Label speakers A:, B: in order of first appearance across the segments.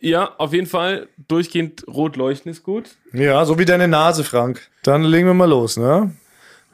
A: Ja, auf jeden Fall. Durchgehend rot leuchten ist gut.
B: Ja, so wie deine Nase, Frank. Dann legen wir mal los, ne?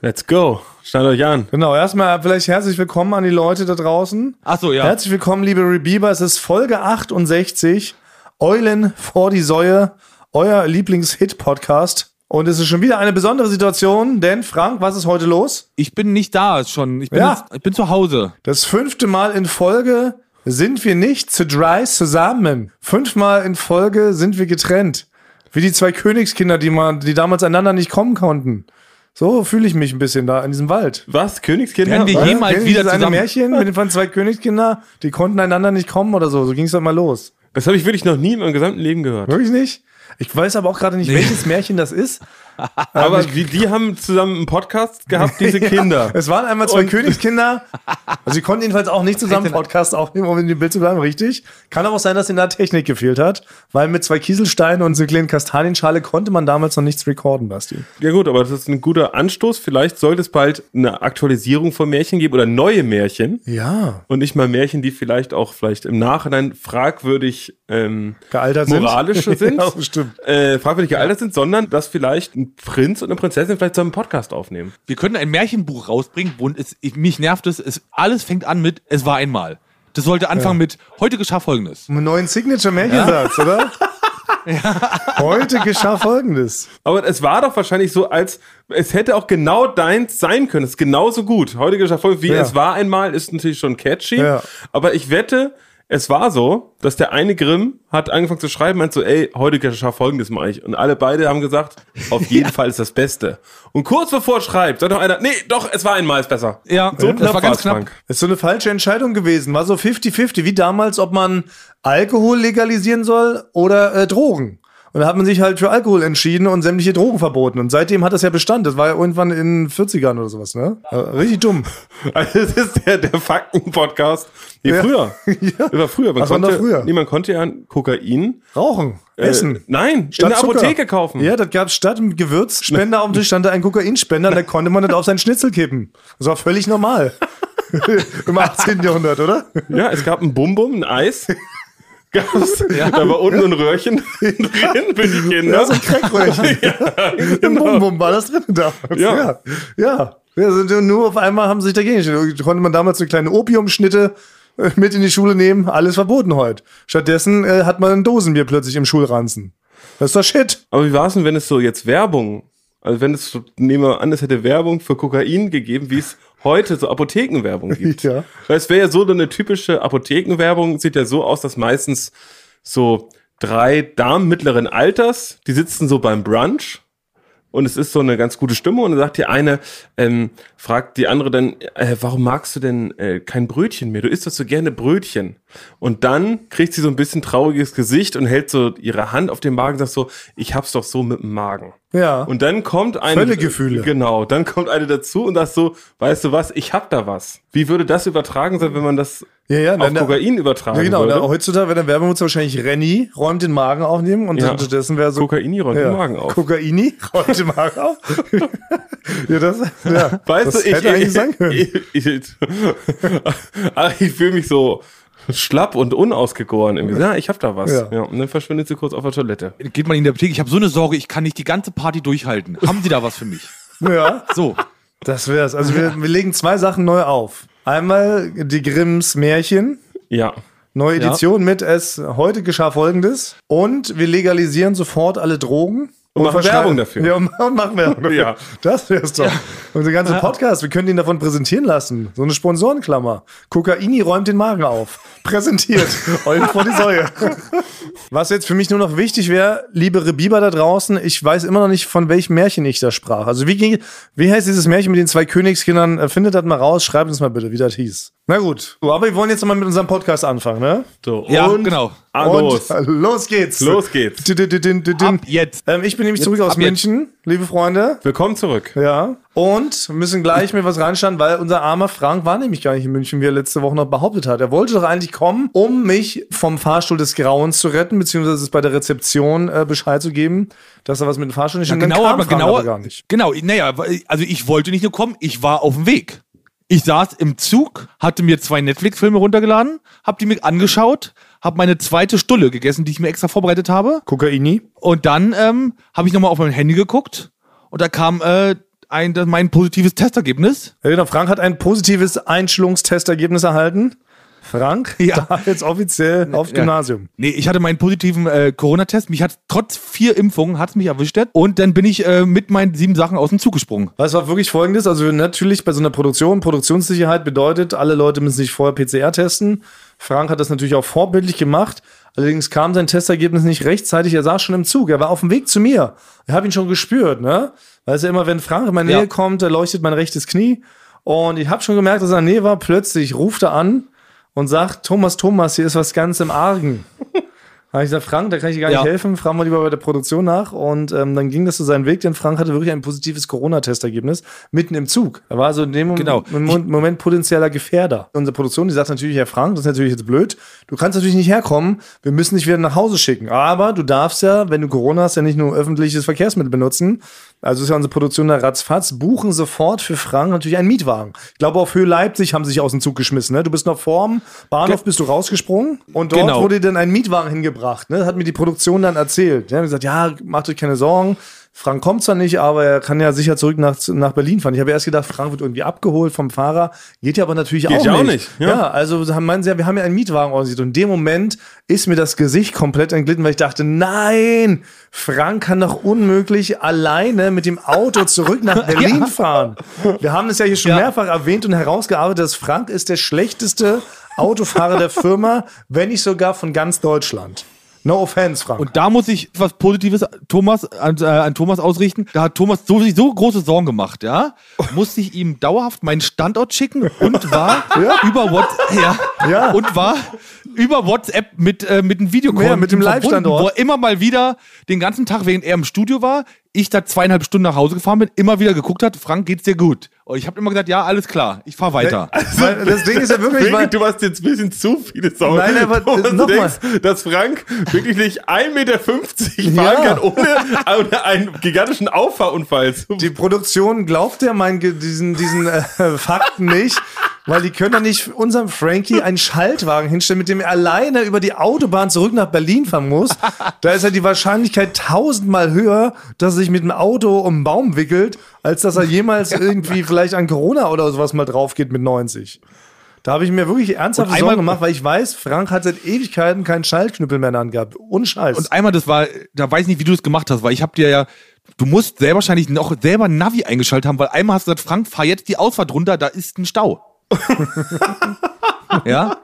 A: Let's go. Schnallt euch an.
B: Genau, erstmal vielleicht herzlich willkommen an die Leute da draußen.
C: Ach so, ja.
B: Herzlich willkommen, liebe Rebieber. Es ist Folge 68. Eulen vor die Säue, euer Lieblings-Hit-Podcast. Und es ist schon wieder eine besondere Situation, denn Frank, was ist heute los?
C: Ich bin nicht da schon. Ich bin,
B: Ja.
C: jetzt, ich bin zu Hause.
B: Das fünfte Mal in Folge sind wir nicht zu dry zusammen. Fünfmal in Folge sind wir getrennt. Wie die zwei Königskinder, die, man, die damals einander nicht kommen konnten. So fühle ich mich ein bisschen da in diesem Wald.
A: Was? Königskinder?
C: Werden wir
A: Was?
C: jemals
B: Kennen Sie
C: wieder
B: das eine
C: zusammen?
B: Märchen mit den von zwei Königskinder, die konnten einander nicht kommen oder so. So ging es doch mal los.
A: Das habe ich wirklich noch nie in meinem gesamten Leben gehört.
B: Wirklich nicht? Ich weiß aber auch gerade nicht, welches Märchen das ist.
A: Aber die, die haben zusammen einen Podcast gehabt, diese Kinder.
B: Es waren einmal zwei
A: Und-
B: Königskinder. Also sie konnten jedenfalls auch nicht zusammen Podcast aufnehmen, um in dem Bild zu bleiben, richtig? Kann aber auch sein, dass ihnen da Technik gefehlt hat, weil mit zwei Kieselsteinen und so einer kleinen Kastanienschale konnte man damals noch nichts recorden, Basti.
A: Ja gut, aber das ist ein guter Anstoß. Vielleicht sollte es bald eine Aktualisierung von Märchen geben oder neue Märchen.
B: Ja.
A: Und nicht mal Märchen, die vielleicht auch vielleicht im Nachhinein fragwürdig ähm,
B: Gealtert sind.
A: moralische sind,
B: Ja, stimmt.
A: äh, fragwürdig gealtert sind, sondern dass vielleicht ein Prinz und eine Prinzessin vielleicht zusammen einen Podcast aufnehmen.
C: Wir können ein Märchenbuch rausbringen, wo es, ich, mich nervt es, es. Alles fängt an mit, es war einmal. Das sollte anfangen mit, heute geschah folgendes.
B: Um Einen neuen Signature-Märchensatz, oder? Heute geschah folgendes.
A: Aber es war doch wahrscheinlich so, als es hätte auch genau deins sein können. Es ist genauso gut. Heute geschafft voll, wie
B: Ja.
A: es war einmal, ist natürlich schon catchy.
B: Ja.
A: Aber ich wette, es war so, dass der eine Grimm hat angefangen zu schreiben, meint so, ey, heute geschafft folgendes mal ich. Und alle beide haben gesagt, auf jeden Fall ist das Beste. Und kurz bevor er schreibt, sagt noch einer, nee, doch, es war einmal ist besser.
C: Ja,
A: so
C: das war ganz
A: war's,
C: knapp.
A: Frank.
B: Ist so eine falsche Entscheidung gewesen. War so 50-50, wie damals, ob man Alkohol legalisieren soll oder äh, Drogen. Und da hat man sich halt für Alkohol entschieden und sämtliche Drogen verboten. Und seitdem hat das ja Bestand. Das war ja irgendwann in den 40ern oder sowas, ne? Äh, richtig dumm.
A: Also das ist der, der Fakten-Podcast. Wie
B: Ja.
A: früher.
B: Ja.
A: Das war früher. Man
B: Was war
A: konnte,
B: da früher?
A: Nee, man konnte ja Kokain
B: Rauchen, Essen.
A: Äh, nein,
B: Statt
A: in der
B: Zucker.
A: Apotheke kaufen.
B: Ja, das gab statt einem Gewürzspender auf dem Tisch stand da ein Kokainspender, und da konnte man das auf seinen Schnitzel kippen. Das war völlig normal. Im 18. Jahrhundert, oder?
A: Ja, es gab ein Bum-Bum, ein Eis. Gab's, Da war unten ein Röhrchen drin für die
B: Ja,
A: Kinder.
B: so ein Crackröhrchen. Im Bum-Bum war das drin damals.
A: Genau. Ja.
B: Ja. ja. ja. also nur auf einmal haben sie sich dagegen entschieden. Konnte man damals so kleine Opiumschnitte äh, mit in die Schule nehmen. Alles verboten heute. Stattdessen äh, hat man ein Dosenbier plötzlich im Schulranzen. Das ist doch Shit.
A: Aber wie war es denn, wenn es so jetzt Werbung, also wenn es, so, nehmen wir an, es hätte Werbung für Kokain gegeben, wie es heute so Apothekenwerbung gibt.
B: Ja.
A: Weil es wäre ja so eine typische Apothekenwerbung, sieht ja so aus, dass meistens so drei Damen mittleren Alters, die sitzen so beim Brunch und es ist so eine ganz gute Stimmung und dann sagt die eine, ähm, fragt die andere dann, äh, warum magst du denn äh, kein Brötchen mehr? Du isst doch so gerne Brötchen. Und dann kriegt sie so ein bisschen trauriges Gesicht und hält so ihre Hand auf den Magen und sagt so, ich hab's doch so mit dem Magen.
B: Ja.
A: Und dann kommt eine.
B: Völlegefühle.
A: Genau, dann kommt eine dazu und sagt so, weißt du was, ich hab da was. Wie würde das übertragen sein, wenn man das
B: Ja, ja,
A: auf
B: dann-
A: Kokain übertragen
B: Ja, genau.
A: würde?
B: Da, heutzutage, wenn der Werbung wird wahrscheinlich Renny räumt den Magen aufnehmen und
A: Ja.
B: stattdessen wäre so.
A: Kokaini räumt den Magen auf.
B: Kokaini räumt den Magen auf. ja, das, ja.
A: Weißt
B: das
A: du, ich,
B: hätte eigentlich sein können.
A: ich, ich, ich, Ach, ich fühle mich so schlapp und unausgegoren. Irgendwie. Ja, ich hab da was.
B: Ja.
A: Ja. und dann verschwindet sie kurz auf der Toilette.
C: Geht man in die Apotheke, ich habe so eine Sorge, ich kann nicht die ganze Party durchhalten. Haben Sie da was für mich?
B: ja.
C: So.
B: Das wär's. Also wir, wir legen zwei Sachen neu auf. Einmal die Grimms Märchen,
A: Ja.
B: neue
C: Ja.
B: Edition mit es heute geschah folgendes und wir legalisieren sofort alle Drogen.
A: Und machen
B: verschrei-
A: Werbung dafür.
B: Ja, und machen Werbung dafür.
A: Ja.
B: Das wär's doch. Unser ganzer Podcast, wir können den davon präsentieren lassen. So eine Sponsorenklammer. Kokaini räumt den Magen auf. Präsentiert. Eulen vor die Säue. Was jetzt für mich nur noch wichtig wäre, liebe Rebiber da draußen, ich weiß immer noch nicht, von welchem Märchen ich da sprach. Also wie ging, wie heißt dieses Märchen mit den zwei Königskindern? Äh, Findet das mal raus, schreibt uns mal bitte, wie das hieß. Na gut, so, aber wir wollen jetzt mal mit unserem Podcast anfangen, ne?
A: So,
C: Ja, genau.
A: Ah,
B: Und
A: los.
B: los geht's.
A: Los geht's.
B: Din, din, din, din, din.
C: Ab jetzt.
B: Ähm, ich bin nämlich zurück aus
C: ab jetzt.
B: München, liebe Freunde.
A: Willkommen zurück.
B: Ja. Und müssen gleich mit was reinstanden, weil unser armer Frank war nämlich gar nicht in München, wie er letzte Woche noch behauptet hat. Er wollte doch eigentlich kommen, um mich vom Fahrstuhl des Grauens zu retten, beziehungsweise es bei der Rezeption äh, Bescheid zu geben, dass er was mit dem Fahrstuhl nicht
C: Ja,
B: und dann
C: genau,
B: kam
C: aber
B: Frank
C: genau.
B: gar nicht.
C: Genau, naja, also ich wollte nicht nur kommen, ich war auf dem Weg. Ich saß im Zug, hatte mir zwei Netflix-Filme runtergeladen, hab die mir angeschaut, habe meine zweite Stulle gegessen, die ich mir extra vorbereitet habe.
B: Kokaini?
C: Und dann ähm, habe ich nochmal auf mein Handy geguckt und da kam äh, ein, das- mein positives Testergebnis.
B: Ja, genau. Frank hat ein positives Einschulungstestergebnis erhalten. Frank,
C: Ja.
B: da jetzt offiziell auf
C: Ja.
B: Gymnasium.
C: Nee, ich hatte meinen positiven äh, Corona-Test. Mich hat trotz vier Impfungen hat's mich erwischt. Und dann bin ich äh, mit meinen sieben Sachen aus dem Zug gesprungen.
B: Was war wirklich folgendes, also natürlich bei so einer Produktion, Produktionssicherheit bedeutet, alle Leute müssen sich vorher PCR testen. Frank hat das natürlich auch vorbildlich gemacht. Allerdings kam sein Testergebnis nicht rechtzeitig, er saß schon im Zug, er war auf dem Weg zu mir. Ich habe ihn schon gespürt, ne? Weißt du, immer wenn Frank in meine
C: Ja.
B: Nähe kommt, da leuchtet mein rechtes Knie. Und ich habe schon gemerkt, dass er in der Nähe war. Plötzlich ruft er an und sagt, Thomas, Thomas, hier ist was ganz im Argen. Da habe ich gesagt, Frank, da kann ich dir gar nicht
C: Ja.
B: helfen. Fragen wir lieber bei der Produktion nach. Und ähm, dann ging das so seinen Weg, denn Frank hatte wirklich ein positives Corona-Testergebnis mitten im Zug. Er war also in dem Mom-
C: Genau.
B: Mom- Moment potenzieller Gefährder. Unsere Produktion, die sagt natürlich, Herr Frank, das ist natürlich jetzt blöd. Du kannst natürlich nicht herkommen. Wir müssen dich wieder nach Hause schicken. Aber du darfst ja, wenn du Corona hast, ja nicht nur öffentliches Verkehrsmittel benutzen. Also ist ja unsere Produktion da ratzfatz. Buchen sofort für Frank natürlich einen Mietwagen. Ich glaube, auf Höhe Leipzig haben sie sich aus dem Zug geschmissen. Ne? Du bist noch vorm Bahnhof, bist du rausgesprungen. Und dort
C: Genau.
B: wurde wurde denn ein Mietwagen hingebracht? Ne? Hat mir die Produktion dann erzählt. Die haben gesagt, ja, macht euch keine Sorgen. Frank kommt zwar nicht, aber er kann ja sicher zurück nach, nach Berlin fahren. Ich habe erst gedacht, Frank wird irgendwie abgeholt vom Fahrer. Geht ja aber natürlich auch,
A: ja auch
B: nicht.
A: nicht, ja.
B: ja, also haben- meinen sie ja, wir haben ja einen Mietwagen organisiert. Und in dem Moment ist mir das Gesicht komplett entglitten, weil ich dachte, nein, Frank kann doch unmöglich alleine mit dem Auto zurück nach Berlin fahren. Wir haben es ja hier schon
C: Ja.
B: mehrfach erwähnt und herausgearbeitet, dass Frank ist der schlechteste Autofahrer der Firma, wenn nicht sogar von ganz Deutschland. No offense, Frank.
C: Und da muss ich was Positives Thomas, an, äh, an Thomas ausrichten. Da hat Thomas so, sich so große Sorgen gemacht, ja. Musste ich ihm dauerhaft meinen Standort schicken und war über WhatsApp ja,
B: Ja.
C: und war über WhatsApp mit, äh, mit einem Videocall.
B: Ja, mit dem
C: ihm verbunden,
B: Live-Standort.
C: Wo er immer mal wieder den ganzen Tag, während er im Studio war, ich da zweieinhalb Stunden nach Hause gefahren bin, immer wieder geguckt hat, Frank, geht's dir gut? Und ich habe immer gesagt, ja, alles klar, ich fahr weiter.
B: Weil das Ding ist ja wirklich,
A: Wirklich,
B: weil,
A: du hast jetzt ein bisschen zu viele Sorgen.
B: Nein, aber
A: Thomas, du
B: noch mal.
A: denkst, dass Frank wirklich nicht 1,50 Meter fahren
B: Ja.
A: kann, ohne, ohne einen gigantischen Auffahrunfall zu
B: die Produktion glaubt ja meinen, Ge- diesen, diesen äh, Fakten nicht, weil die können ja nicht unserem Frankie einen Schaltwagen hinstellen, mit dem er alleine über die Autobahn zurück nach Berlin fahren muss. Da ist ja die Wahrscheinlichkeit tausendmal höher, dass er sich mit dem Auto um einen Baum wickelt, als dass er jemals irgendwie vielleicht an Corona oder sowas mal drauf geht mit 90. Da habe ich mir wirklich ernsthaft
C: Und
B: Sorgen
C: einmal-
B: gemacht, weil ich weiß, Frank hat seit Ewigkeiten keinen Schaltknüppel mehr in der Hand gehabt. Unscheiß.
C: Und einmal, das war, da weiß ich nicht, wie du das gemacht hast, weil ich hab dir ja, du musst sehr wahrscheinlich noch selber ein Navi eingeschaltet haben, weil einmal hast du gesagt, Frank, fahr jetzt die Ausfahrt runter, da ist ein Stau. ja?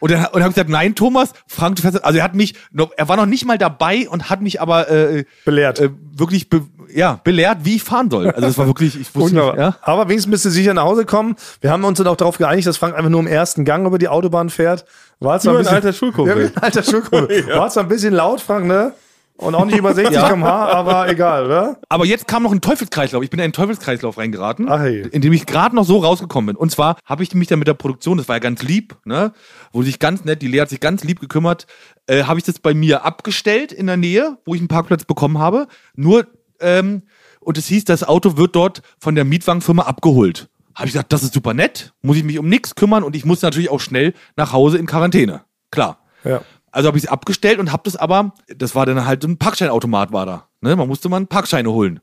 C: Und dann und hab ich gesagt, nein, Thomas, Frank, du fährst, also er hat mich, noch, er war noch nicht mal dabei und hat mich aber äh,
B: Belehrt.
C: Äh, wirklich, be, ja, belehrt, wie ich fahren soll. Also das war wirklich, ich wusste
B: Wunderbar.
C: nicht, ja.
B: Aber wenigstens bist du sicher nach Hause kommen. Wir haben uns dann auch darauf geeinigt, dass Frank einfach nur im ersten Gang über die Autobahn fährt. War zwar
A: Nur
B: ein
A: ein
B: bisschen,
A: alter Schulkumpel.
B: Ja, ein alter Schulkumpel. War zwar ein bisschen laut, Frank, ne? Und auch nicht über 60
C: Ja.
B: km/h, aber egal, oder?
C: Aber jetzt kam noch ein Teufelskreislauf. Ich bin in einen Teufelskreislauf reingeraten,
B: Ach je.
C: in dem ich gerade noch so rausgekommen bin. Und zwar habe ich mich dann mit der Produktion, das war ja ganz lieb, ne, wo sich ganz nett, die Lea hat sich ganz lieb gekümmert, äh, habe ich das bei mir abgestellt in der Nähe, wo ich einen Parkplatz bekommen habe. Nur, ähm, und es hieß, das Auto wird dort von der Mietwagenfirma abgeholt. Habe ich gesagt, das ist super nett, muss ich mich um nichts kümmern und ich muss natürlich auch schnell nach Hause in Quarantäne. Klar.
B: Ja.
C: Also habe ich es abgestellt und habe das aber, das war dann halt so ein Parkscheinautomat war da. Ne? Man musste mal einen Parkscheine holen.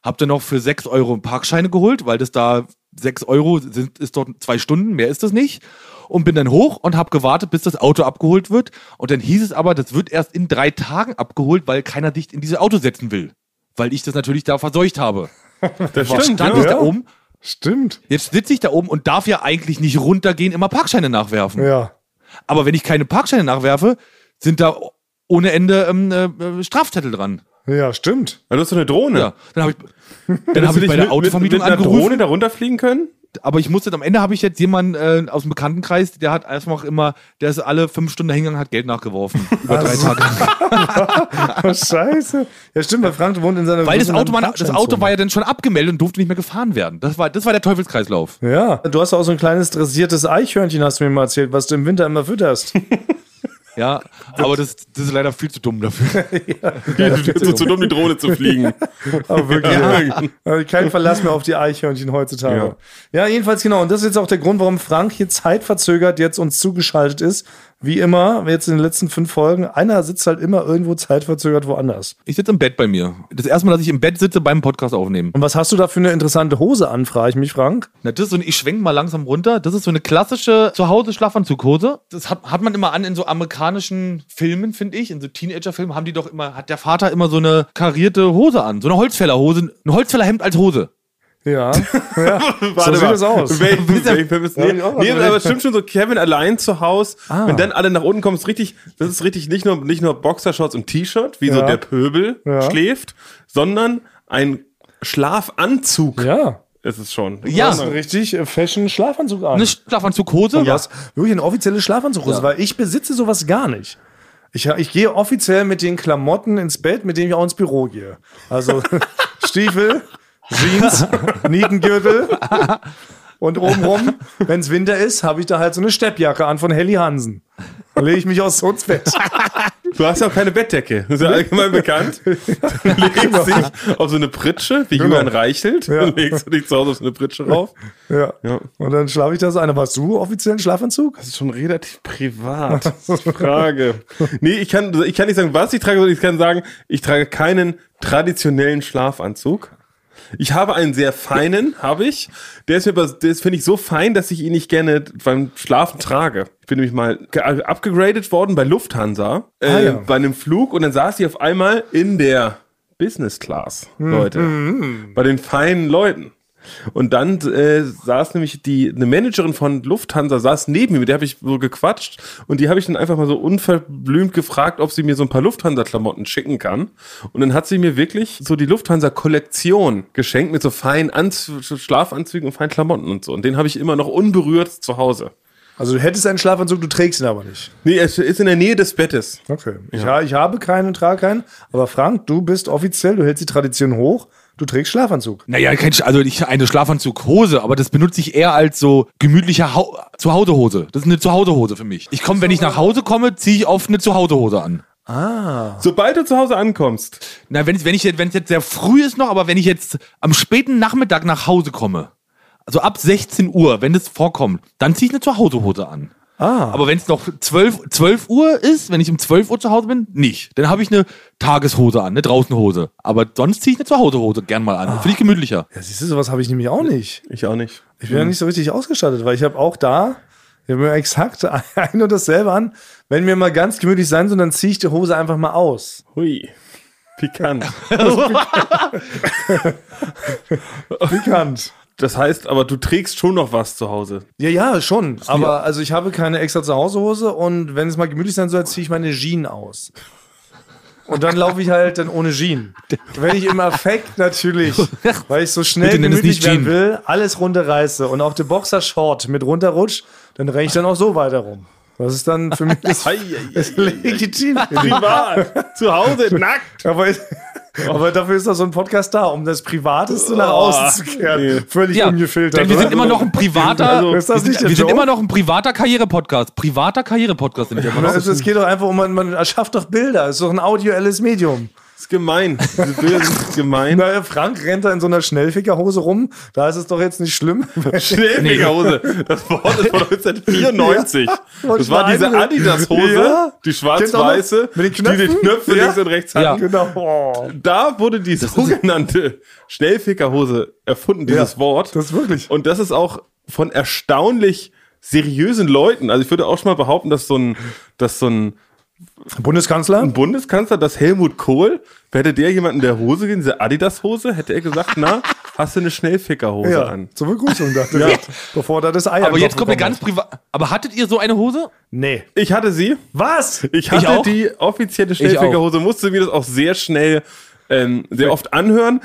C: Hab dann noch für 6 Euro Parkscheine geholt, weil das da 6 Euro sind, ist dort zwei Stunden, mehr ist das nicht. Und bin dann hoch und habe gewartet, bis das Auto abgeholt wird. Und dann hieß es aber, das wird erst in drei Tagen abgeholt, weil keiner dich in dieses Auto setzen will. Weil ich das natürlich da verseucht habe.
A: Das
C: Stand ich da oben,
B: Stimmt.
C: jetzt sitze ich da oben und darf ja eigentlich nicht runtergehen, immer Parkscheine nachwerfen.
B: Ja.
C: Aber wenn ich keine Parkscheine nachwerfe, sind da ohne Ende ähm, äh, äh, Strafzettel dran.
B: Ja, stimmt.
A: Ja, du hast so eine Drohne.
C: Ja, dann habe ich, dann
A: Hast
C: hab
A: du
C: ich
A: dich
C: bei
A: mit-
C: der Autovermietung
A: mit, mit einer
C: angerufen.
A: Drohne da runterfliegen können?
C: Aber ich musste, am Ende habe ich jetzt jemanden äh, aus dem Bekanntenkreis, der hat erstmal auch immer, der ist alle fünf Stunden hingegangen, hat Geld nachgeworfen. Über drei
B: Also-
C: Tage.
B: Oh, scheiße. Ja, stimmt, weil Frank wohnt in seiner
C: Weil das
B: wohnt in
C: Auto,
B: einer
C: war- das Auto war ja dann schon abgemeldet und durfte nicht mehr gefahren werden. Das war, das war der Teufelskreislauf.
B: Ja. Du hast auch so ein kleines dressiertes Eichhörnchen, hast du mir mal erzählt, was du im Winter immer fütterst.
C: Ja, aber das, das ist leider viel zu dumm dafür.
A: du bist so zu dumm, die Drohne zu fliegen.
B: Aber wirklich.
A: Ja.
B: ja. Also Kein Verlass mehr auf die Eichhörnchen heutzutage. Ja. jedenfalls genau. Und das ist jetzt auch der Grund, warum Frank hier zeitverzögert jetzt uns zugeschaltet ist. wie immer, jetzt in den letzten fünf Folgen, einer sitzt halt immer irgendwo zeitverzögert woanders.
C: Ich sitze im Bett bei mir. Das erste Mal, dass ich im Bett sitze beim Podcast aufnehmen.
B: Und was hast du da für eine interessante Hose an, frage ich mich, Frank.
C: Na, das ist so ein, ich schwenk mal langsam runter. Das ist so eine klassische Zuhause-Schlafanzughose. Das hat, hat man immer an in so amerikanischen Filmen, finde ich. In so Teenager-Filmen haben die doch immer, hat der Vater immer so eine karierte Hose an. So eine Holzfällerhose, ein Holzfällerhemd als Hose.
B: Ja. ja. so sieht das aus.
A: Wel- welchen Film ist-
B: Ja,
A: nee,
B: ich auch.
A: nee, aber es stimmt schon so, Kevin allein zu Hause,
B: Ah.
A: wenn dann alle nach unten kommen, ist richtig, das ist richtig nicht nur, nicht nur Boxershorts und T-Shirt, wie so
B: Ja.
A: der Pöbel
B: Ja.
A: schläft, sondern ein Schlafanzug
B: Ja.
A: ist es schon.
C: Ja.
B: Das ist ein richtig äh, fashion Schlafanzug an.
C: Eine Schlafanzughose.
B: was? Wirklich eine offizielle Schlafanzughose, weil ich besitze sowas gar nicht. Ich, ich gehe offiziell mit den Klamotten ins Bett, mit denen ich auch ins Büro gehe. Also Stiefel, Jeans, Nietengürtel und obenrum, wenn es Winter ist, habe ich da halt so eine Steppjacke an von Helly Hansen. Dann lege ich mich auch so ins Bett.
A: Du hast ja auch keine Bettdecke. Das ist ja allgemein bekannt. Du
B: Genau.
A: legst dich auf so eine Pritsche, wie Julian Reichelt, und legst du dich zu Hause auf so eine Pritsche rauf.
B: Ja.
A: Ja.
B: Und dann schlafe ich das ein. Aber hast du offiziellen Schlafanzug?
A: Das ist schon relativ privat. Frage. Nee, ich kann, ich kann nicht sagen, was ich trage, sondern ich kann sagen, ich trage keinen traditionellen Schlafanzug. Ich habe einen sehr feinen, habe ich. Der ist mir, aber- der ist, finde ich, so fein, dass ich ihn nicht gerne beim Schlafen trage. Ich bin nämlich mal ge- äh, abgegradet worden bei Lufthansa, äh,
B: Ah, ja.
A: bei einem Flug und dann saß ich auf einmal in der Business Class,
B: Hm,
A: Leute. Bei den feinen Leuten. Und dann äh, saß nämlich die eine Managerin von Lufthansa saß neben mir, mit der habe ich so gequatscht und die habe ich dann einfach mal so unverblümt gefragt, ob sie mir so ein paar Lufthansa Klamotten schicken kann und dann hat sie mir wirklich so die Lufthansa Kollektion geschenkt mit so feinen Anz Schlafanzügen und feinen Klamotten und so und den habe ich immer noch unberührt zu Hause.
B: Also du hättest einen Schlafanzug, du trägst ihn aber nicht.
A: Nee, es ist in der Nähe des Bettes.
B: Okay. Ich, ha ich habe keinen und trage keinen. Aber Frank, du bist offiziell, du hältst die Tradition hoch, du trägst Schlafanzug.
C: Naja, kein, Sch- also ich, eine Schlafanzughose, aber das benutze ich eher als so gemütliche Hau Zuhausehose. Das ist eine Zuhausehose für mich. Ich komme, wenn ich nach Hause komme, ziehe ich oft eine Zuhausehose an.
A: Sobald du zu Hause ankommst,
C: Na, wenn ich, wenn ich jetzt, wenn es jetzt sehr früh ist noch, aber wenn ich jetzt am späten Nachmittag nach Hause komme, also ab 16 Uhr, wenn das vorkommt, dann ziehe ich eine Zuhausehose an.
B: Ah.
C: Aber wenn es noch 12, 12 Uhr ist, wenn ich um 12 Uhr zu Hause bin, nicht. Dann habe ich eine Tageshose an, eine Draußenhose. Aber sonst ziehe ich eine Zuhausehose gern mal an.
B: Ah.
C: Finde ich gemütlicher.
B: Ja, siehst du, sowas habe ich nämlich auch nicht.
A: ich auch nicht.
B: Ich bin ja nicht so richtig ausgestattet, weil ich habe auch da, ich habe mir exakt ein und dasselbe an. Wenn mir mal ganz gemütlich sein soll, dann ziehe ich die Hose einfach mal aus.
A: Hui. Pikant.
B: Bekannt.
A: Das heißt, aber du trägst schon noch was zu Hause.
B: Ja, ja, schon. Aber also ich habe keine extra Zuhausehose und wenn es mal gemütlich sein soll, ziehe ich meine Jeans aus. Und dann laufe ich halt dann ohne Jeans. Wenn ich im Affekt natürlich, weil ich so schnell
C: Bitte nenn es
B: gemütlich
C: nicht
B: werden
C: Jeans.
B: will, alles runterreiße und auch der Boxershort mit runterrutscht, dann renne ich dann auch so weiter rum. Das ist dann für mich das
A: Ei, ei, ei, ei, ei.
B: legitim.
A: Privat. zu Hause, nackt.
B: Aber, aber dafür ist doch so ein Podcast da, um das Privateste nach
A: Oh,
B: außen zu kehren.
A: nee.
B: Völlig ungefiltert.
C: Ah, denn wir sind
B: oder?
C: immer noch ein privater,
A: Also,
B: ist das
C: wir,
B: nicht der
C: sind, wir sind
B: Joke?
C: immer noch ein privater Karriere-Podcast. Privater Karriere-Podcast sind wir immer noch.
B: Also es geht doch einfach um, man, man erschafft doch Bilder. Es ist doch ein audioelles Medium.
A: ist gemein. Diese Bilder sind gemein.
B: Na, Frank rennt da in so einer Schnellfickerhose rum. Da ist es doch jetzt nicht schlimm.
A: Schläfige Hose. Das Wort ist von 1994.
B: Wollte
A: das
B: ich
A: war
B: mal
A: diese
B: einbringen.
A: Adidas-Hose,
B: Ja.
A: die
B: Kennt auch
A: schwarz-weiße,
B: noch? Mit den
A: die den
B: Knöpfen?
A: Knöpfe
B: Ja.
A: links und rechts
C: Ja.
A: hat.
B: genau. Oh,
A: Da wurde die sogenannte Schnellfickerhose erfunden, dieses
B: Ja,
A: Wort.
B: das wirklich.
A: Und das ist auch von erstaunlich seriösen Leuten. Also ich würde auch schon mal behaupten, dass so ein, dass so ein
B: Bundeskanzler?
A: Bundeskanzler, dass Helmut Kohl, hätte der jemanden der Hose gehen, diese Adidas-Hose, hätte er gesagt, na, hast du eine Schnellfickerhose
B: Ja,
A: an?
B: zur Begrüßung dachte ich. Bevor da das Ei am
C: Aber jetzt
B: Kopf
C: kommt eine
B: bekommen
C: ganz privat. Aber hattet ihr so eine Hose?
B: hat. Nee.
A: Ich hatte sie.
B: Was?
A: Ich hatte
C: auch.
A: die offizielle Schnellfickerhose, musste mir das auch sehr schnell, ähm, sehr oft anhören.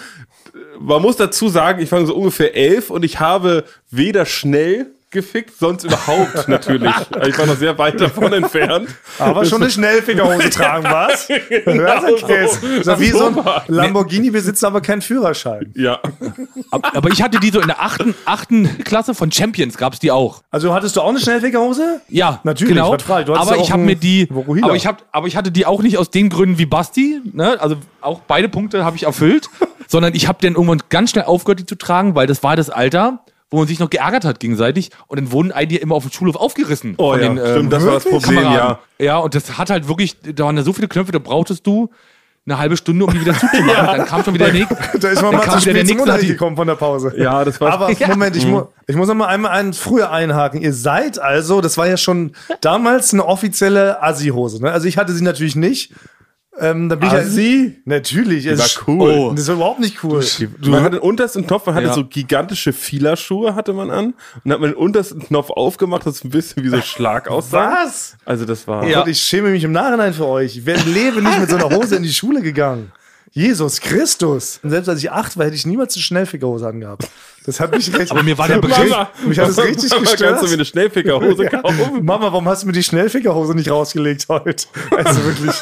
A: Man muss dazu sagen, ich fange so ungefähr elf und ich habe weder schnell gefickt, sonst überhaupt natürlich. Ich war noch sehr weit davon entfernt.
B: Aber schon eine Schnellfickerhose tragen, was? Hörst du, Chris?
A: so.
B: Das ist wie so ein
A: So.
B: Lamborghini besitzt aber keinen Führerschein.
A: Ja.
C: Ab- Aber ich hatte die so in der achten, achten Klasse von Champions gab's die auch.
B: Also hattest du auch eine Schnellfickerhose?
C: Ja,
B: Natürlich,
C: Genau.
B: was frei, du hattest
C: aber
B: ja auch
C: ich habe
B: einen
C: mir die,
B: Vokuhila.
C: aber ich habe, aber ich hatte die auch nicht aus den Gründen wie Basti. Ne? Also auch beide Punkte habe ich erfüllt, sondern ich habe dann irgendwann ganz schnell aufgehört, die zu tragen, weil das war das Alter, wo man sich noch geärgert hat gegenseitig und dann wurden einige immer auf dem Schulhof aufgerissen.
A: Oh ja, stimmt, das war das
C: ähm, wirklich?
A: Problem,
C: Kameraden. Ja, und das hat halt wirklich, da waren da so viele Knöpfe, da brauchtest du eine halbe Stunde, um die wieder zuzumachen. Dann kam schon wieder der nächste.
B: Da ist man
C: Dann
B: mal
C: kam
B: zu
C: wieder der
B: spät zum
C: nächste, hat
B: Unterricht
C: die-
B: gekommen von der Pause.
A: Ja, das war-
B: Aber
C: Ja.
B: Moment, ich, mu ich muss noch mal einmal einen früher einhaken. Ihr seid also, das war ja schon damals eine offizielle Assi-Hose. Ne? Also ich hatte sie natürlich nicht. Ähm, da bin
A: Assi?
B: Ich, natürlich. Die
A: war cool.
B: Oh. Das war überhaupt nicht cool.
A: Du man hatte den untersten Knopf, man hatte
C: Ja.
A: so gigantische Fielerschuhe hatte man an und hat man den untersten Knopf aufgemacht, das ein bisschen wie so Schlag aussah.
B: Was?
A: Also das war
C: Ja.
B: Und ich schäme mich im Nachhinein für euch. Ich wäre im Leben nicht mit so einer Hose in die Schule gegangen. Jesus Christus. Und selbst als ich acht war, hätte ich niemals eine Schnellfickerhose angehabt. Das hat mich recht.
C: Aber mir war der
B: Mich-
C: Mama,
B: Mich hat das richtig
A: Mama,
B: gestört.
A: Kannst du mir eine Schnellfickerhose
B: Ja.
A: kaufen?
B: Mama, warum hast du mir die Schnellfickerhose nicht rausgelegt heute? Also wirklich,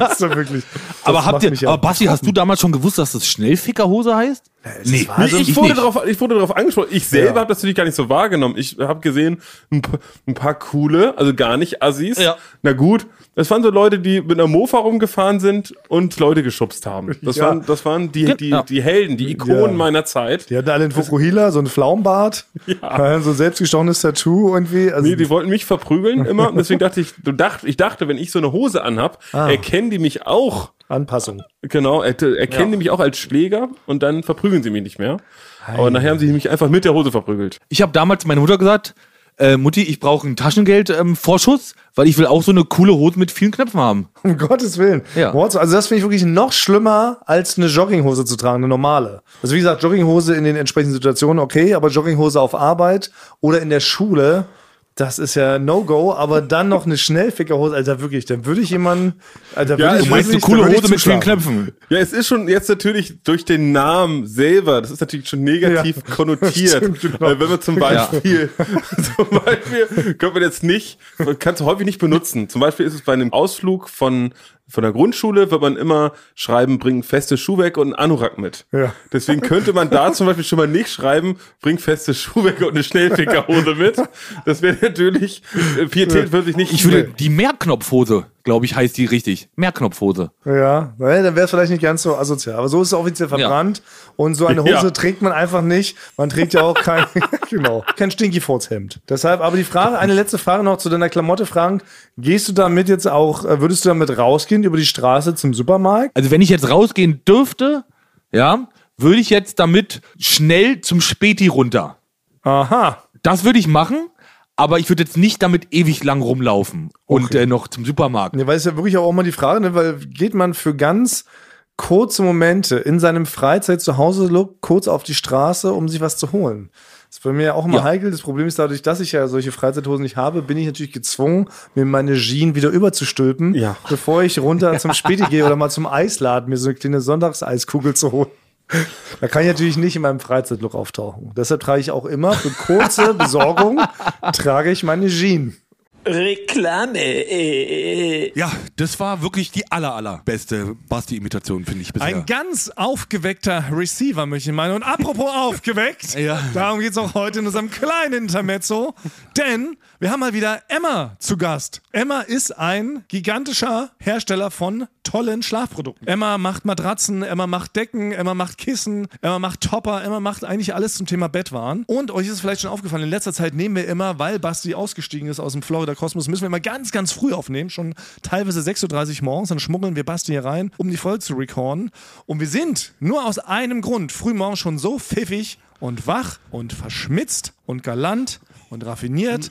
B: also wirklich. Das
C: Aber
B: macht
C: habt ihr,
B: mich ja-
C: aber Basti, hast du damals schon gewusst, dass das Schnellfickerhose heißt? Nee,
B: war
A: Nee,
B: Also
A: ich,
C: ich
A: wurde
C: nicht.
A: darauf, ich wurde darauf angesprochen. Ich selber
B: Ja.
A: habe das natürlich gar nicht so wahrgenommen. Ich habe gesehen, ein, p- ein paar coole, also gar nicht Assis.
C: Ja.
A: Na gut, das waren so Leute, die mit einer Mofa rumgefahren sind und Leute geschubst haben. Das,
B: Ja.
A: waren, das waren die, die,
C: Genau.
A: die Helden, die Ikonen
B: Ja.
A: meiner Zeit.
B: Die hatten alle einen Fukuhila, so einen Flaumbart, ja. so ein selbstgestochenes Tattoo irgendwie. Also
A: Nee, die wollten mich verprügeln immer. Und deswegen dachte ich, du dacht, ich dachte, wenn ich so eine Hose anhab, erkennen die mich auch.
B: Anpassung.
A: Genau, er, erkennen die mich auch als Schläger und dann verprügeln sie mich nicht mehr. Aber nachher haben sie mich einfach mit der Hose verprügelt.
C: Ich habe damals meine Mutter gesagt, äh, Mutti, ich brauche einen Taschengeld-Vorschuss, weil ich will auch so eine coole Hose mit vielen Knöpfen haben.
B: Um Gottes Willen.
C: Ja.
B: Wow, Also das finde ich wirklich noch schlimmer, als eine Jogginghose zu tragen, eine normale. Also wie gesagt, Jogginghose in den entsprechenden Situationen, okay, aber Jogginghose auf Arbeit oder in der Schule, das ist ja No-Go, aber dann noch eine Schnellfickerhose, Alter, wirklich, dann würde ich jemanden, Alter, würde
A: Ja,
B: Also ich
A: du
C: Meinst du
B: wirklich-
C: coole
B: dann würde ich
C: Hose mit vielen
B: zuschlagen.
C: Knöpfen?
A: Ja, es ist schon jetzt natürlich durch den Namen selber, das ist natürlich schon negativ
B: Ja.
A: konnotiert.
B: Stimmt, genau.
A: Weil wenn man zum Beispiel, zum Beispiel, könnte man jetzt nicht, man kann es häufig nicht benutzen. Zum Beispiel ist es bei einem Ausflug von, von der Grundschule, wird man immer schreiben, bring festes Schuhwerk und einen Anorak mit.
B: Ja.
A: Deswegen könnte man da zum Beispiel schon mal nicht schreiben, bring festes Schuhwerk und eine Schnellfickerhose mit. Das wäre natürlich, äh, Pietät würde ich nicht.
C: Ich würde
B: Nee.
C: die Mehrknopfhose, glaube ich, heißt die richtig. Mehrknopfhose.
B: Ja, naja, dann wäre es vielleicht nicht ganz so asozial. Aber so ist es offiziell verbrannt. Und so eine Hose
A: Ja.
B: trägt man einfach nicht. Man trägt ja auch kein, genau, kein stinky Hemd. Deshalb, aber die Frage, eine letzte Frage noch zu deiner Klamotte, Frank. Gehst du damit jetzt auch, äh, würdest du damit rausgehen über die Straße zum Supermarkt?
C: Also wenn ich jetzt rausgehen dürfte, ja, würde ich jetzt damit schnell zum Späti runter.
B: Aha.
C: Das würde ich machen, aber ich würde jetzt nicht damit ewig lang rumlaufen und äh, noch zum Supermarkt.
B: Ja, Ne, weil es ja wirklich auch immer die Frage, ne, weil geht man für ganz kurze Momente in seinem Freizeit zu Hause look, kurz auf die Straße, um sich was zu holen. Das ist bei mir ja auch immer
C: Ja.
B: heikel. Das Problem ist dadurch, dass ich ja solche Freizeithosen nicht habe, bin ich natürlich gezwungen, mir meine Jeans wieder überzustülpen,
A: Ja.
B: bevor ich runter zum Späti gehe oder mal zum Eisladen mir so eine kleine Sonntagseis-Kugel zu holen. Da kann ich natürlich nicht in meinem Freizeitlook auftauchen. Deshalb trage ich auch immer für kurze Besorgung trage ich meine Jeans.
D: Reklame.
C: Ja, das war wirklich die aller, allerbeste Basti-Imitation, finde ich bisher.
E: Ein ganz aufgeweckter Receiver, möchte ich meinen. Und apropos aufgeweckt,
C: Ja.
E: darum geht es auch heute in unserem kleinen Intermezzo. Denn wir haben mal wieder Emma zu Gast. Emma ist ein gigantischer Hersteller von tollen Schlafprodukten. Emma macht Matratzen, Emma macht Decken, Emma macht Kissen, Emma macht Topper, Emma macht eigentlich alles zum Thema Bettwaren. Und euch ist es vielleicht schon aufgefallen, in letzter Zeit nehmen wir immer, weil Basti ausgestiegen ist aus dem Florida Kosmos, müssen wir immer ganz, ganz früh aufnehmen, schon teilweise 6.30 Uhr morgens, dann schmuggeln wir Basti hier rein, um die Folge zu recorden. Und wir sind nur aus einem Grund frühmorgens schon so pfiffig und wach und verschmitzt und galant und raffiniert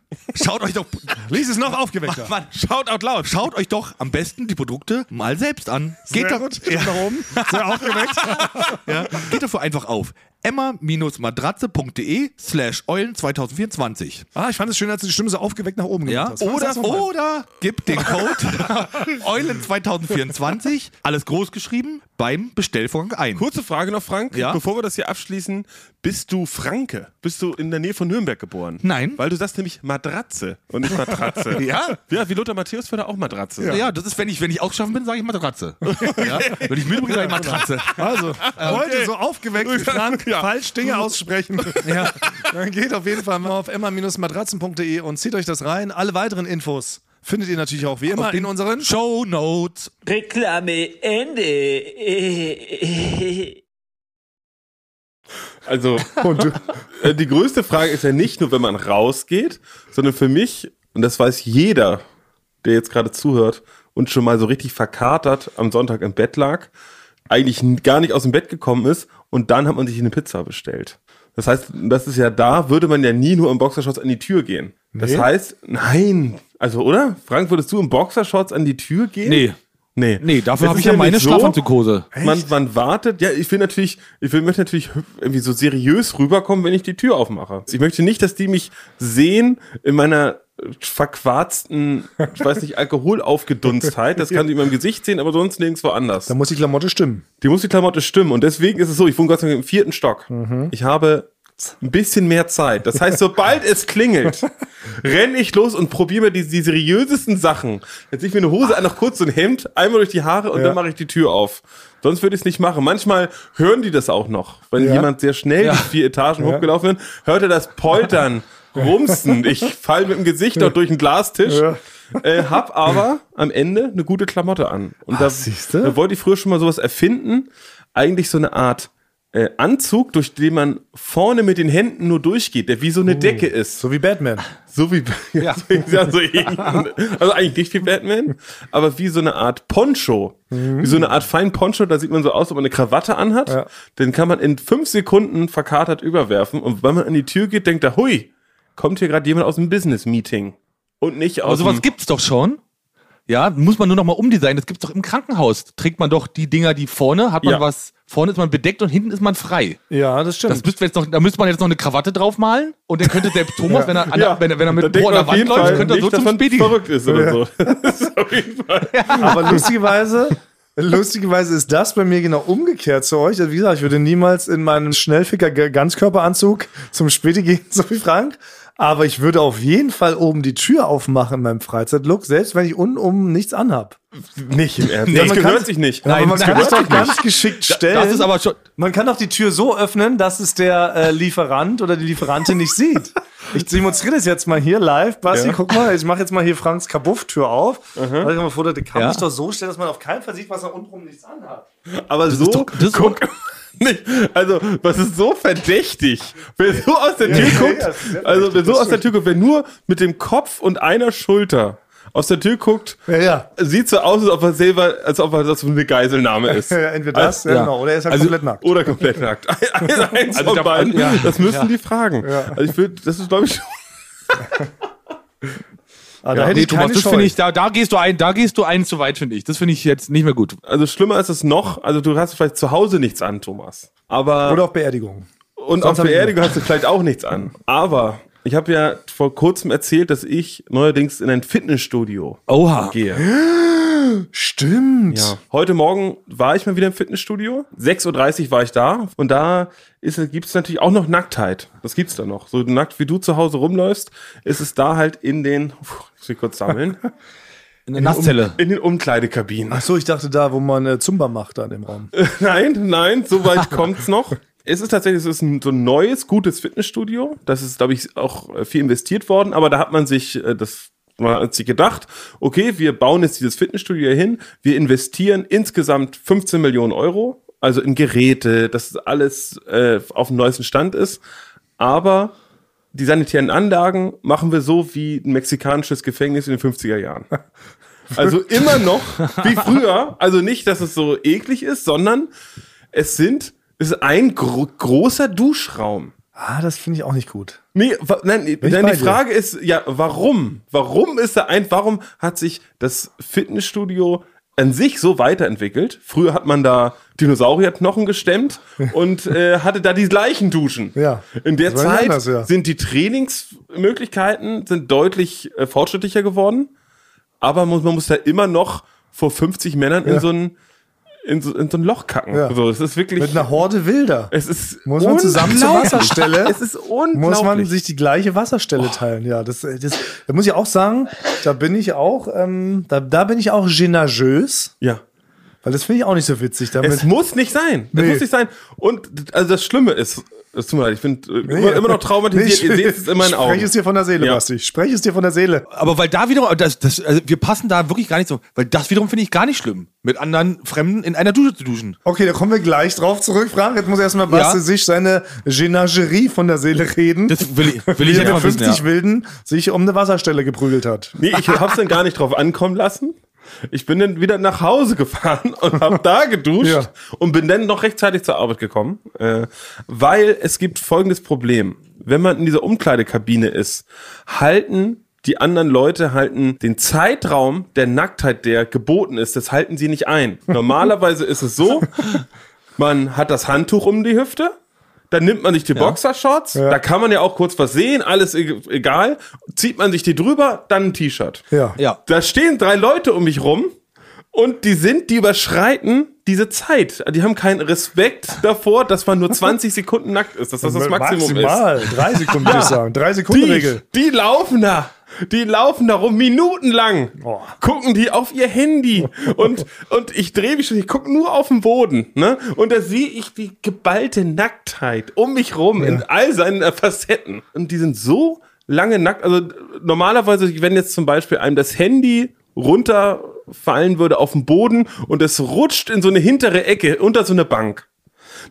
F: Schaut euch doch,
E: Lies es noch aufgeweckter.
F: Mann, schaut out laut. Schaut euch doch am besten die Produkte mal selbst an. Geht
E: Sehr
F: da,
E: gut. Ja. Nach oben. Sehr aufgeweckt.
F: ja, geht dafür einfach auf emma-matratze.de slash eulen 2024.
E: Ah, ich fand es schön, als du die Stimme so aufgeweckt nach oben
F: Ja,
E: gemacht hast.
F: oder,
E: Sag's noch mal.
F: oder gibt den Code Eulen2024, alles groß geschrieben, beim Bestellvorgang ein.
A: Kurze Frage noch, Frank.
F: Ja?
A: Bevor wir das hier abschließen, bist du Franke? Bist du in der Nähe von Nürnberg geboren?
F: Nein.
A: Weil du sagst nämlich Matratze und nicht Matratze.
F: Ja?
A: Ja, wie Lothar Matthäus würde auch Matratze
F: Ja.
A: sagen.
F: das ist, wenn ich, wenn ich ausgeschaffen bin, sage ich Matratze. ja? Wenn ich müde bin, sage ich Matratze.
E: Also, heute so aufgeweckt wie Frank falsch Dinge aussprechen. ja. Dann geht auf jeden Fall mal auf emma-matratzen.de und zieht euch das rein. Alle weiteren Infos findet ihr natürlich auch wie immer in unseren
F: Show Notes.
D: Reklame Ende.
A: Also,
B: Und du,
A: äh, die größte Frage ist ja nicht nur, wenn man rausgeht, sondern für mich, und das weiß jeder, der jetzt gerade zuhört und schon mal so richtig verkatert am Sonntag im Bett lag, eigentlich n- gar nicht aus dem Bett gekommen ist und dann hat man sich eine Pizza bestellt. Das heißt, das ist ja da, würde man ja nie nur im Boxershorts an die Tür gehen. Das heißt, nein. Also, oder? Frank, würdest du im Boxershorts an die Tür gehen?
C: Nee.
A: Nee.
C: Nee, dafür
A: Es
C: habe
A: ist
C: ich ja meine
A: nicht
C: Schlafanzughose.
A: Man, man wartet, ja, ich will natürlich, ich will, möchte natürlich hü- irgendwie so seriös rüberkommen, wenn ich die Tür aufmache. Ich möchte nicht, dass die mich sehen in meiner äh, verquarzten, ich weiß nicht, Alkoholaufgedunstheit. Das kann die in meinem Gesicht sehen, aber sonst nirgendwo anders.
B: da muss die Klamotte stimmen.
A: Die muss die Klamotte stimmen. Und deswegen ist es so, ich wohne Gott sei Dank im vierten Stock.
B: Mhm.
A: Ich habe ein bisschen mehr Zeit. Das heißt, sobald es klingelt, renne ich los und probiere mir die, die seriösesten Sachen. Jetzt zieh ich mir eine Hose an, noch kurz so ein Hemd, einmal durch die Haare und dann mache ich die Tür auf. Sonst würde ich es nicht machen. Manchmal hören die das auch noch. Wenn
B: Ja.
A: jemand sehr schnell die vier Etagen hochgelaufen ist, hört er das Poltern, Rumsen. Ich falle mit dem Gesicht auch durch den Glastisch.
B: Ja.
A: Äh, hab aber am Ende eine gute Klamotte an. Und da,
B: siehste?
A: da wollte ich früher schon mal sowas erfinden. Eigentlich so eine Art äh, Anzug, durch den man vorne mit den Händen nur durchgeht, der wie so eine Decke ist.
B: So wie Batman.
A: So wie ja. also, irgendein- also eigentlich nicht wie Batman, aber wie so eine Art Poncho. Wie so eine Art fein Poncho, da sieht man so aus, ob man eine Krawatte anhat.
B: Ja.
A: Den kann man in fünf Sekunden verkatert überwerfen. Und wenn man an die Tür geht, denkt er, hui, kommt hier gerade jemand aus dem Business-Meeting. Und nicht
C: Aber
A: aus
C: sowas
A: dem
C: gibt's doch schon. Ja, muss man nur noch mal umdesignen. Das gibt's doch im Krankenhaus. Trägt man doch die Dinger, die vorne hat man
A: Ja.
C: was. Vorne ist man bedeckt und hinten ist man frei.
B: Ja, das stimmt.
C: Das müsste jetzt noch, da müsste man jetzt noch eine Krawatte draufmalen und dann könnte selbst Thomas, wenn, er an
A: Ja,
C: der, wenn, er, wenn er
A: da
C: mit
A: denkt
C: Bo an
A: man
C: der
A: auf
C: Wand
A: jeden
C: läuft,
A: Fall
C: könnte er so
A: nicht, dass
C: zum
A: man
C: Späti.
A: verrückt ist oder so. Das ist auf jeden Fall.
B: Aber lustigerweise, lustigerweise ist das bei mir genau umgekehrt zu euch. Also wie gesagt, ich würde niemals in meinem Schnellficker-Ganzkörperanzug zum Späti gehen, so wie Frank. Aber ich würde auf jeden Fall oben die Tür aufmachen in meinem Freizeitlook, selbst wenn ich unten um nichts anhab.
A: Nicht im Ernst.
B: man
A: das
B: kann-
A: gehört sich nicht.
B: aber man
C: das
B: kann es
C: gehört
B: doch ganz geschickt stellen.
C: Das ist aber schon.
B: man kann doch die Tür so öffnen, dass es der äh, Lieferant oder die Lieferantin nicht sieht. Ich demonstriere das jetzt mal hier live. Basti,
A: Ja.
B: guck mal, ich mache jetzt mal hier Franks Kabuff-Tür auf. Mhm. Ich mal vor, der kann
C: Ja.
B: sich doch so stellen, dass man auf keinen Fall sieht, was er untenrum nichts anhat.
A: Aber so,
C: doch- das ist
A: guck, nicht, also, was ist so verdächtig? Wer so aus der Tür
B: ja,
A: guckt,
B: ja, das ist sehr
A: also, wer so aus der Tür guckt, wer nur mit dem Kopf und einer Schulter aus der Tür guckt,
B: Ja, ja.
A: sieht so aus, als ob er selber, als ob er das eine Geiselnahme ist.
B: Entweder das, ja.
C: ja.
B: genau, oder er ist halt
A: Also-
B: komplett nackt.
A: Oder komplett nackt. Ein- Eins
C: Also
A: von
C: da-
A: beiden.
C: ja.
A: Das müssen die fragen. Also ich würde, das ist, glaube ich, schon
B: Ah,
C: Ja, nee, Thomas,
B: keine
C: das
B: Scheu.
C: finde ich, da, da gehst du ein, da gehst du einen zu weit, finde ich. Das finde ich jetzt nicht mehr gut.
A: also schlimmer ist es noch, also du hast vielleicht zu Hause nichts an, Thomas. Aber
B: Oder auf Beerdigung.
A: und auf
B: hab ich
A: Beerdigung hast du vielleicht auch nichts an. Aber ich habe ja vor kurzem erzählt, dass ich neuerdings in ein Fitnessstudio
B: Oh.
C: Oha.
A: gehe.
B: Stimmt.
A: Ja. Heute Morgen war ich mal wieder im Fitnessstudio. 6.30 Uhr war ich da und da gibt es natürlich auch noch Nacktheit. Das gibt's da noch. So nackt wie du zu Hause rumläufst, ist es da halt in den, puh, muss ich kurz sammeln,
C: Eine Nasszelle.
A: in den Umkleidekabinen.
B: Ach so, ich dachte da, wo man äh, Zumba macht da in dem Raum.
A: Nein, nein, so weit kommt's noch. Es ist tatsächlich, es ist ein, so ein neues, gutes Fitnessstudio. Das ist, glaube ich, auch äh, viel investiert worden, aber da hat man sich äh, das man hat sich gedacht, okay, wir bauen jetzt dieses Fitnessstudio hier hin, wir investieren insgesamt 15 Millionen Euro, also in Geräte, dass alles äh, auf dem neuesten Stand ist. Aber die sanitären Anlagen machen wir so wie ein mexikanisches Gefängnis in den 50er Jahren. Also immer noch wie früher. Also nicht, dass es so eklig ist, sondern es sind es ist ein gro großer Duschraum.
B: Ah, das finde ich auch nicht gut.
A: Nee, wa- nein, nee,
B: ich
A: nein
B: bei
A: die
B: dir.
A: Frage ist ja, warum? Warum ist da ein, warum hat sich das Fitnessstudio an sich so weiterentwickelt? Früher hat man da Dinosaurierknochen gestemmt und äh, hatte da die gleichen Duschen.
B: Ja.
A: In der
B: Das war nicht
A: Zeit
B: anders, ja.
A: sind die Trainingsmöglichkeiten sind deutlich äh, fortschrittlicher geworden, aber muss, man muss da immer noch vor 50 Männern in
B: Ja.
A: so ein in so, in so ein Loch kacken.
B: Ja.
A: So, es ist wirklich.
B: Mit einer Horde Wilder.
A: es ist
B: Muss man zusammen zur
A: unglaublich.
B: Wasserstelle?
A: Es ist unglaublich. Oh.
B: Muss man sich die gleiche Wasserstelle teilen, ja. Das, äh, das, da muss ich auch sagen, da bin ich auch, ähm, da, da bin ich auch genageus,
A: ja.
B: weil das finde ich auch nicht so witzig. Damit,
A: Es muss nicht sein. Es
B: Nee.
A: muss nicht sein. Und also das Schlimme ist, es tut mir leid, ich bin äh, immer, immer noch traumatisiert. Ihr seht es in meinen Augen.
B: Sprech es dir von der Seele,
A: Ja.
B: Basti. Sprech es dir von der Seele.
C: um, Aber weil da wiederum, das, das, also wir passen da wirklich gar nicht so, weil das wiederum finde ich gar nicht schlimm, mit anderen Fremden in einer Dusche zu duschen.
B: Okay, da kommen wir gleich drauf zurück, Frank. Jetzt muss erstmal Basti
C: Ja.
B: sich seine Genagerie von der Seele reden.
C: Das will ich, will
B: die
C: ich
B: mit
C: jetzt mal
B: 50
C: wissen. Ja.
B: Wilden sich um eine Wasserstelle geprügelt hat.
A: Nee, ich hab's dann gar nicht drauf ankommen lassen. Ich bin dann wieder nach Hause gefahren und hab da geduscht
B: Ja.
A: und bin dann noch rechtzeitig zur Arbeit gekommen. Äh, weil es gibt folgendes Problem. Wenn man in dieser Umkleidekabine ist, halten die anderen Leute halten den Zeitraum der Nacktheit, der geboten ist, das halten sie nicht ein. Normalerweise ist es so, man hat das Handtuch um die Hüfte, dann nimmt man sich die Boxershorts, da kann man ja auch kurz was sehen, alles e- egal, zieht man sich die drüber, dann ein T-Shirt.
B: Ja.
C: Ja.
A: Da stehen drei Leute um mich rum und die sind, die überschreiten diese Zeit. Die haben keinen Respekt davor, dass man nur 20 Sekunden nackt ist, dass das das Maximum ist.
B: Maximal. Drei Sekunden, würde ich sagen. Drei Sekunden
A: Die,
B: Regel.
A: die laufen da. Die laufen da rum, minutenlang.
B: Oh.
A: Gucken die auf ihr Handy. Und, und ich drehe mich schon, ich gucke nur auf den Boden. Ne? Und da sehe ich die geballte Nacktheit um mich rum in all seinen äh, Facetten. Und die sind so lange nackt. Also äh, normalerweise, wenn jetzt zum Beispiel einem das Handy runterfallen würde auf den Boden und es rutscht in so eine hintere Ecke unter so eine Bank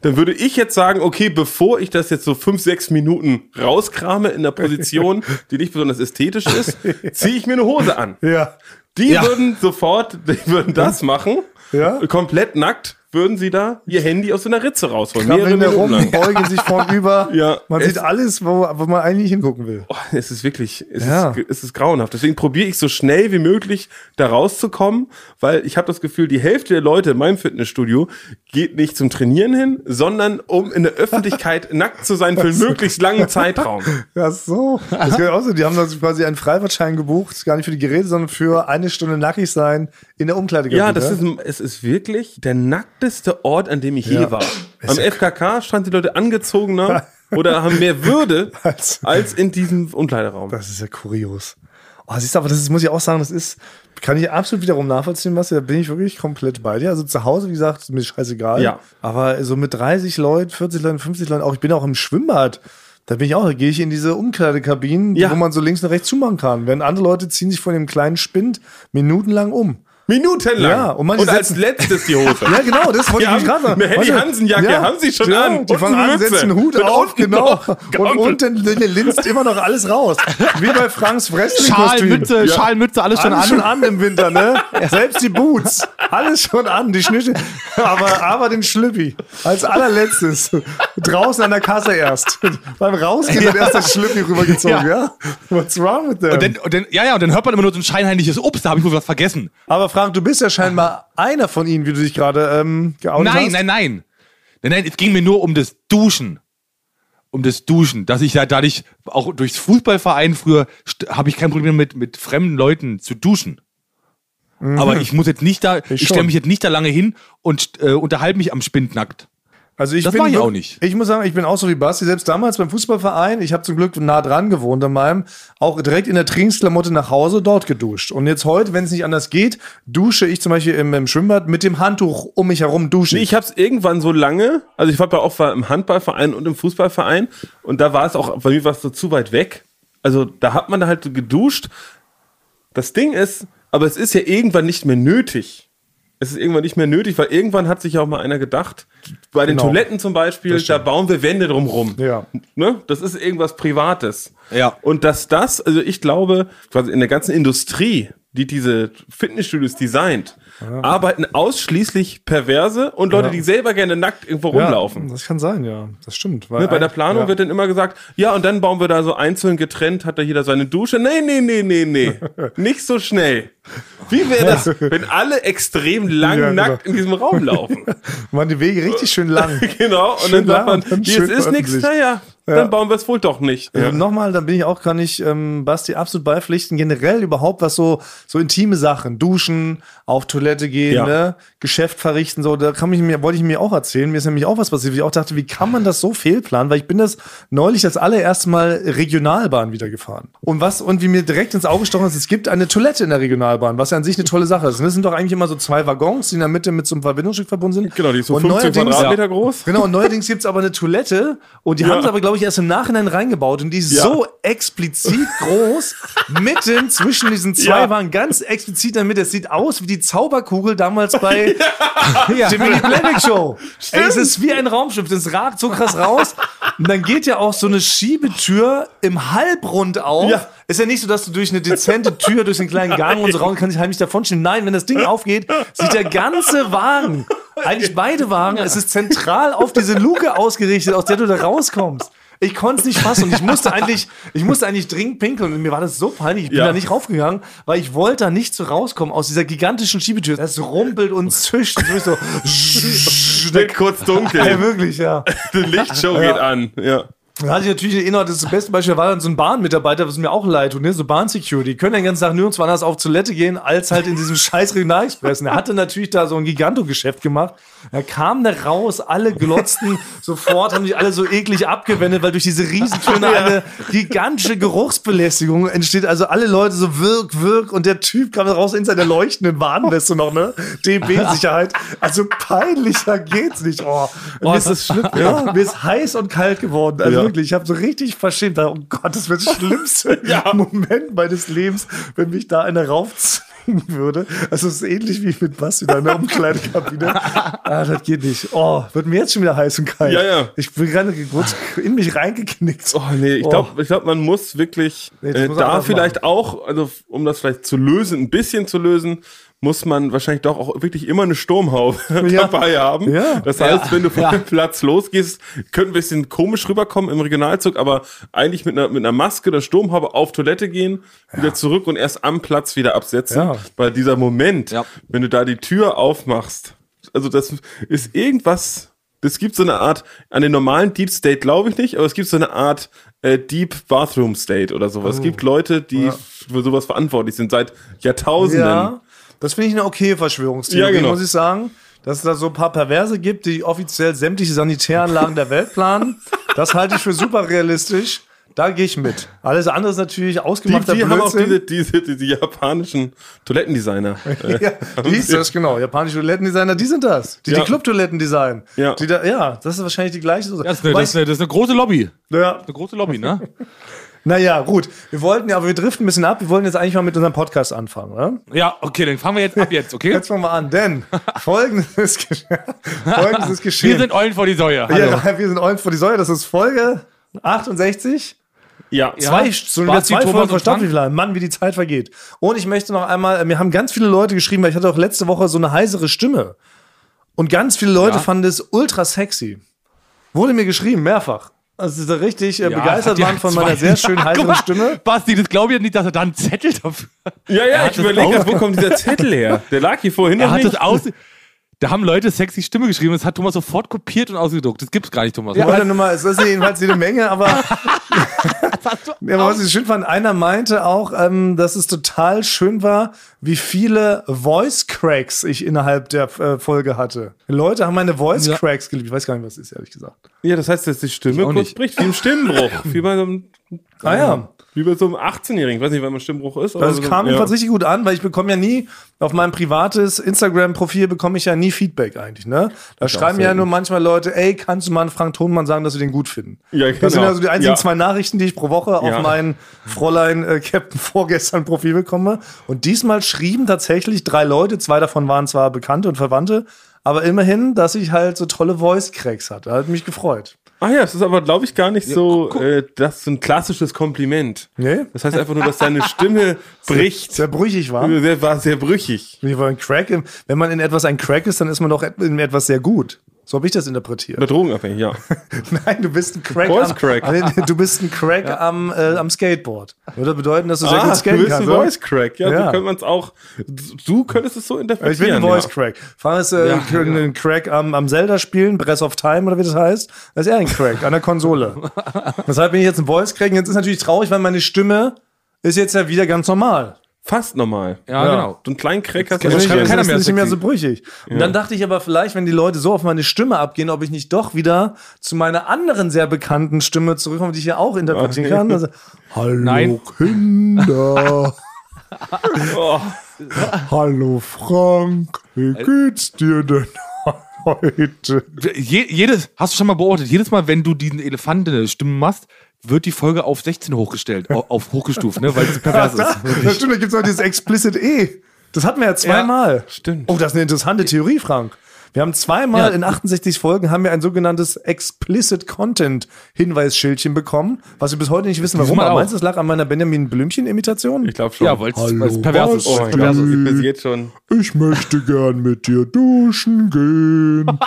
A: dann würde ich jetzt sagen, okay, bevor ich das jetzt so fünf, sechs Minuten rauskrame in einer Position, die nicht besonders ästhetisch ist, ziehe ich mir eine Hose an.
B: Ja.
A: Die
C: Ja.
A: würden sofort, die würden das machen,
B: Ja.
A: komplett nackt, würden sie da ihr Handy aus so einer Ritze rausholen. mehrere
B: Krabbeln da
A: Minuten
B: rum,
A: lang.
B: beugen sich vornüber.
A: Ja.
B: Man
A: Es-
B: sieht alles, wo, wo man eigentlich hingucken will.
A: Oh, es ist wirklich, es,
B: Ja.
A: ist, es ist grauenhaft. Deswegen probiere ich so schnell wie möglich da rauszukommen, weil ich habe das Gefühl, die Hälfte der Leute in meinem Fitnessstudio geht nicht zum Trainieren hin, sondern um in der Öffentlichkeit nackt zu sein für einen möglichst langen Zeitraum.
B: Ach so. Das gehört auch so. Die haben da quasi einen Freifahrtschein gebucht, gar nicht für die Geräte, sondern für eine Stunde nackig sein in der Umkleidekabine.
A: Ja, das ist, es ist wirklich der nackteste Ort, an dem ich je
B: Ja.
A: war.
B: Ist
A: Am
B: ja
A: FKK standen die Leute angezogener oder haben mehr Würde
B: Als-
A: als in diesem Umkleideraum.
B: Das ist ja kurios. Oh, siehst du, aber das ist, muss ich auch sagen, das ist, kann ich absolut wiederum nachvollziehen, Basti, da bin ich wirklich komplett bei dir. Also zu Hause, wie gesagt, ist mir scheißegal.
A: Ja.
B: Aber so mit 30 Leuten, 40 Leuten, 50 Leuten, auch ich bin auch im Schwimmbad. Da bin ich auch, da gehe ich in diese Umkleidekabinen,
A: Ja.
B: wo man so links und rechts zumachen kann. Während andere Leute ziehen sich von dem kleinen Spind minutenlang um.
A: Minutenlang.
B: Ja,
A: und,
B: und manche
A: als
B: setzen-
A: letztes die Hose.
B: Ja, genau,
A: Die
B: das wollte ich mich
A: haben
B: gerade sagen.
A: eine Helly
B: Warte,
A: Hansen-Jacke, haben sie schon
B: ja, genau.
A: an.
B: Die
A: Und
B: fangen
A: eine
B: an,
A: Mütze.
B: setzen den Hut
A: Mit
B: auf,
A: unten
B: genau.
A: noch.
B: Und unten linst immer noch alles raus. Wie bei Franks
C: Schal,
B: Wrestling-Kostüm.
C: Mütze, Schal, Mütze, alles schon
B: alles
C: an.
B: schon an im Winter, ne? Selbst die Boots. Alles schon an, die Schnitte. Aber, aber den Schlüppi. Als allerletztes. Draußen an der Kasse erst. Beim Rausgehen wird erst das Schlüppi rübergezogen, ja? What's wrong with them?
C: Und dann, und dann, ja, ja, und dann hört man immer nur so ein scheinheimliches Obst, da habe ich wohl was vergessen.
B: aber Frank, du bist ja scheinbar einer von ihnen, wie du dich gerade ähm, geoutet hast.
C: Nein, nein, nein. Nein, nein, es ging mir nur um das Duschen. Um das Duschen. Dass ich ja dadurch, auch durchs Fußballverein früher, st- habe ich kein Problem mit, mit fremden Leuten zu duschen. Aber ich muss jetzt nicht da, ich, stelle
B: Mhm. schon.
C: mich jetzt nicht da lange hin und äh, unterhalte mich am Spindnackt.
B: Also ich
C: Das
B: bin
C: mach ich
B: wirk-
C: auch nicht.
B: Ich muss sagen, ich bin auch so wie Basti, selbst damals beim Fußballverein, ich habe zum Glück nah dran gewohnt an meinem, auch direkt in der Trainingsklamotte nach Hause dort geduscht. Und jetzt heute, wenn es nicht anders geht, dusche ich zum Beispiel im, im Schwimmbad mit dem Handtuch um mich herum duschen.
A: Nee, ich habe es irgendwann so lange, also ich war bei auch war im Handballverein und im Fußballverein und da war es auch, bei mir war es so zu weit weg. Also da hat man halt geduscht. Das Ding ist, aber es ist ja irgendwann nicht mehr nötig. Es ist irgendwann nicht mehr nötig, weil irgendwann hat sich ja auch mal einer gedacht, bei den
B: Genau.
A: Toiletten zum Beispiel, da bauen wir Wände drumrum.
B: Ja.
A: Ne? Das ist irgendwas Privates.
C: Ja.
A: Und dass das, also ich glaube, quasi in der ganzen Industrie, die diese Fitnessstudios designt, arbeiten ausschließlich Perverse und Leute, die selber gerne nackt irgendwo rumlaufen.
B: Das kann sein, ja. Das stimmt. Weil
A: Ne, bei der
B: ein-
A: Planung
B: ja.
A: wird dann immer gesagt, ja, und dann bauen wir da so einzeln getrennt, hat da jeder seine Dusche. Nee, nee, nee, nee, nee. Nicht so schnell. Wie wäre das, wenn alle extrem lang
B: Ja, genau.
A: nackt in diesem Raum laufen?
B: waren die Wege richtig schön lang.
A: genau. Und
B: Schön
A: dann sagt
B: lang
A: man,
B: und dann
A: hier es
B: schön
A: ist nichts,
B: öffentlich.
A: naja,
B: Ja.
A: dann bauen wir es wohl doch nicht.
B: Also nochmal, dann bin ich auch gar nicht, ähm, Basti, absolut beipflichten. Generell überhaupt was so, so intime Sachen. Duschen, auf Toilette gehen,
A: Ja.
B: ne? Geschäft verrichten, so. Da kann mich, mir, wollte ich mir auch erzählen. Mir ist nämlich auch was passiert. wo Ich auch dachte, wie kann man das so fehlplanen? Weil ich bin das neulich das allererste Mal Regionalbahn wieder gefahren. Und was, und wie mir direkt ins Auge gestochen ist, es gibt eine Toilette in der Regionalbahn, was ja an sich eine tolle Sache ist. Und das sind doch eigentlich immer so zwei Waggons, die in der Mitte mit so einem Verbindungsstück verbunden sind.
A: Genau, die ist so
B: Und
A: 15
B: neuerdings-
A: Quadratmeter groß.
B: Genau, und neuerdings gibt's aber eine Toilette und die haben sie aber, glaube ich, erst im Nachhinein reingebaut und die ist
A: Ja.
B: so explizit groß, mitten zwischen diesen zwei
A: Ja.
B: waren ganz explizit damit. Es sieht aus wie die Zauberkugel damals bei der Mini Planet Show. Ey, es ist wie ein Raumschiff, das ragt so krass raus und dann geht ja auch so eine Schiebetür im Halbrund auf.
A: Ja.
B: Ist ja nicht so, dass du durch eine dezente Tür, durch einen kleinen Gang und so raus kann sich heimlich davonschieben. Nein, wenn das Ding aufgeht, sieht der ganze Wagen, eigentlich beide Wagen, es ist zentral auf diese Luke ausgerichtet, aus der du da rauskommst. Ich konnte es nicht fassen und ich musste eigentlich, ich musste eigentlich dringend pinkeln und mir war das so peinlich. Ich bin
A: Ja.
B: da nicht raufgegangen, weil ich wollte da nicht so rauskommen aus dieser gigantischen Schiebetür. Das rumpelt und zischt. Und ich so,
A: Wird kurz
B: ey,
A: dunkel.
B: wirklich, ja.
A: Die Lichtshow geht an. Ja.
B: Da hatte ich natürlich erinnert, das beste Beispiel war dann so ein Bahnmitarbeiter, was mir auch leid tut, ne? so Bahnsecurity. Die können den ganzen Tag nirgendwo anders auf Toilette gehen, als halt in diesem scheiß Regionalexpress. Und er hatte natürlich da so ein Giganto-Geschäft gemacht. Er kam da raus, alle glotzten sofort, haben sich alle so eklig abgewendet, weil durch diese Riesentöne eine gigantische Geruchsbelästigung entsteht. Also alle Leute so wirk, wirk und der Typ kam da raus in seiner leuchtenden Warnweste noch, ne? DB-Sicherheit. Also peinlicher geht's nicht. Oh, mir ist das schlimm. Ja, mir ist heiß und kalt geworden. Also
A: Ja.
B: wirklich, ich habe so richtig verschämt. Oh Gott, das wird der schlimmste Moment meines Lebens, wenn mich da einer raufziehen würde. Also es ist ähnlich wie mit Basti da in der Umkleidekabine. ah, das geht nicht. Oh, wird mir jetzt schon wieder heiß und kalt.
A: Ja, ja.
B: Ich bin gerade kurz in mich reingeknickt.
A: Oh nee, ich glaube, ich glaub, man muss wirklich
B: Nee, das
A: äh,
B: muss man
A: da
B: anders
A: vielleicht auch, also f- um das vielleicht zu lösen, ein bisschen zu lösen, muss man wahrscheinlich doch auch wirklich immer eine Sturmhaube
B: Ja.
A: dabei haben.
B: Ja.
A: Das heißt, wenn du vom Platz losgehst, könnte ein bisschen komisch rüberkommen im Regionalzug, aber eigentlich mit einer, mit einer Maske oder Sturmhaube auf Toilette gehen, wieder zurück und erst am Platz wieder absetzen.
B: Ja.
A: Weil dieser Moment,
C: Ja.
A: wenn du da die Tür aufmachst, also das ist irgendwas, das gibt so eine Art, an den normalen Deep State glaube ich nicht, aber es gibt so eine Art äh, Deep Bathroom State oder sowas.
B: Oh.
A: Es gibt Leute, die für sowas verantwortlich sind, seit Jahrtausenden.
B: Ja, das finde ich eine okay Verschwörungstheorie,
A: Ja, genau.
B: muss ich sagen. Dass es da so ein paar Perverse gibt, die offiziell sämtliche Sanitäranlagen der Welt planen. Das halte ich für super realistisch. Da gehe ich mit. Alles andere ist natürlich
A: Die,
B: ausgemachter
A: die haben auch
B: Blödsinn.
A: diese, diese, diese japanischen Toilettendesigner. Äh,
B: ja, die ist das, genau. Japanische Toilettendesigner, die sind das. Die
A: Ja.
B: die Club-Toiletten designen.
A: Ja.
B: Die da, ja, das ist wahrscheinlich die gleiche.
C: Das ist, eine, das, ist eine, das ist eine große Lobby.
B: ja,
C: Eine große Lobby, ne?
B: naja, gut. Wir wollten ja, aber wir driften ein bisschen ab. Wir wollten jetzt eigentlich mal mit unserem Podcast anfangen, oder?
C: Ja, okay, dann fangen wir jetzt ab jetzt, okay?
B: Jetzt fangen wir an, denn folgendes ist, gesche- folgendes ist geschehen.
C: Wir sind Eulen vor die Säue. Hallo.
B: Ja, wir sind Eulen vor die Säule. Das ist Folge 68.
A: ja,
B: Zwei, schon wieder
C: Basti,
B: zwei
C: Thomas
B: Folgen
C: und Frank.
B: Staffelfinale. Mann, wie die Zeit vergeht. Und ich möchte noch einmal, äh, mir haben ganz viele Leute geschrieben, weil ich hatte auch letzte Woche so eine heisere Stimme. Und ganz viele Leute
C: Ja.
B: fanden es ultra sexy. Wurde mir geschrieben, mehrfach. Also sie richtig äh,
C: Ja, hat
B: begeistert
C: ja
B: waren von
C: zwei-
B: meiner sehr schönen
C: Guck
B: heiseren
C: mal,
B: Stimme.
C: Basti, das glaube ich nicht, dass er da einen Zettel dafür.
A: ja, ja ich
C: das
A: überlege
C: auch-
A: gerade, wo kommt dieser Zettel her? Der lag hier vorhin
C: Er
A: noch
C: hat das
A: nicht.
C: aus. Da haben Leute sexy Stimme geschrieben, das hat Thomas sofort kopiert und ausgedruckt. Das gibt's gar nicht, Thomas.
B: Ja, warte nochmal, es ist jedenfalls jede Menge, aber Ja, aber was ich schön fand, einer meinte auch, ähm, dass es total schön war, wie viele Voice Cracks ich innerhalb der äh, Folge hatte. Leute haben meine Voice Cracks geliebt. Ich weiß gar nicht, was das ist, ehrlich gesagt.
A: Ja, das heißt, dass die Stimme
C: Ich auch
A: kurz
C: nicht.
A: bricht, wie im Stimmbruch. wie bei so einem
B: Ah ja.
A: Wie bei so einem 18-Jährigen. Ich weiß nicht, wann man Stimmbruch ist. aber
B: Also
A: so,
B: es kam
A: ja.
B: jedenfalls richtig gut an, weil ich bekomme ja nie, auf meinem privates Instagram-Profil bekomme ich ja nie Feedback eigentlich, ne? Da schreiben mir ja nur manchmal Leute, ey, kannst du mal an Frank Thonmann sagen, dass wir den gut finden?
A: Ja,
B: Das sind
A: genau.
B: also die einzigen
A: Ja.
B: zwei Nachrichten, die ich pro Woche
A: Ja.
B: auf mein Fräulein äh, Captain vorgestern Profil bekomme. Und diesmal schrieben tatsächlich drei Leute, zwei davon waren zwar Bekannte und Verwandte, Aber immerhin, dass ich halt so tolle Voice-Cracks hatte. Hat mich gefreut.
A: Ah ja, es ist aber, glaube ich, gar nicht so äh, das ist so ein klassisches Kompliment.
B: Nee?
A: Das heißt einfach nur, dass deine Stimme bricht.
B: Sehr brüchig war.
A: Der war sehr brüchig.
B: Wie war ein Crack? im- Wenn man in etwas ein Crack ist, dann ist man doch et- in etwas sehr gut. So habe ich das interpretiert.
A: Oder drogenabhängig, ja.
B: Nein, du bist ein Crack.
A: Voice
B: am,
A: Crack.
B: Nee, Du bist ein Crack am, äh, am Skateboard. Würde bedeuten, dass du sehr
A: Ah,
B: gut
A: du
B: skaten
A: bist ein
B: kannst. oder?
A: Voice Crack. Ja,
B: Ja.
A: so könnte man es auch. Du könntest es so interpretieren.
B: Ich bin ein
A: ja.
B: Voice Crack. Vor allem ist äh, ein Crack am, am Zelda spielen, Breath of Time oder wie das heißt. Das ist er ein Crack an der Konsole. Deshalb bin ich jetzt ein Voice Crack. Und Jetzt ist natürlich traurig, weil meine Stimme ist jetzt ja wieder ganz normal.
A: Fast normal.
C: Ja, genau.
A: So einen kleinen Crack hast du
B: Das ist
A: nicht.
B: nicht,
C: keiner
B: ist
C: mehr
B: nicht mehr
C: sexy.
B: so brüchig. Und dann dachte ich aber vielleicht, wenn die Leute so auf meine Stimme abgehen, ob ich nicht doch wieder zu meiner anderen sehr bekannten Stimme zurückkomme, die ich ja auch interpretieren kann. Also, Hallo
C: Nein.
B: Kinder.
A: Oh.
B: Hallo Frank. Wie
C: Äh.
B: geht's dir denn heute?
C: Je, jedes, hast du schon mal beobachtet, jedes Mal, wenn du diesen Elefanten eine Stimme machst, wird die Folge auf 16 hochgestellt, au- auf hochgestuft, ne, weil es pervers ist.
B: Das stimmt, da gibt's noch dieses Explicit E. Das hatten wir ja zweimal.
A: stimmt.
B: Oh, das ist eine interessante Theorie, Frank. Wir haben zweimal in 68 Folgen haben wir ein sogenanntes Explicit Content Hinweisschildchen bekommen, was wir bis heute nicht wissen, warum.
C: Diesmal
B: Aber
C: auch.
B: meinst du, es lag an meiner Benjamin Blümchen Imitation?
A: Ich glaube schon.
C: Ja, weil
B: Hallo,
C: es pervers ist.
A: Oh mein Gott, ich bin jetzt schon
B: Ich möchte gern mit dir duschen gehen.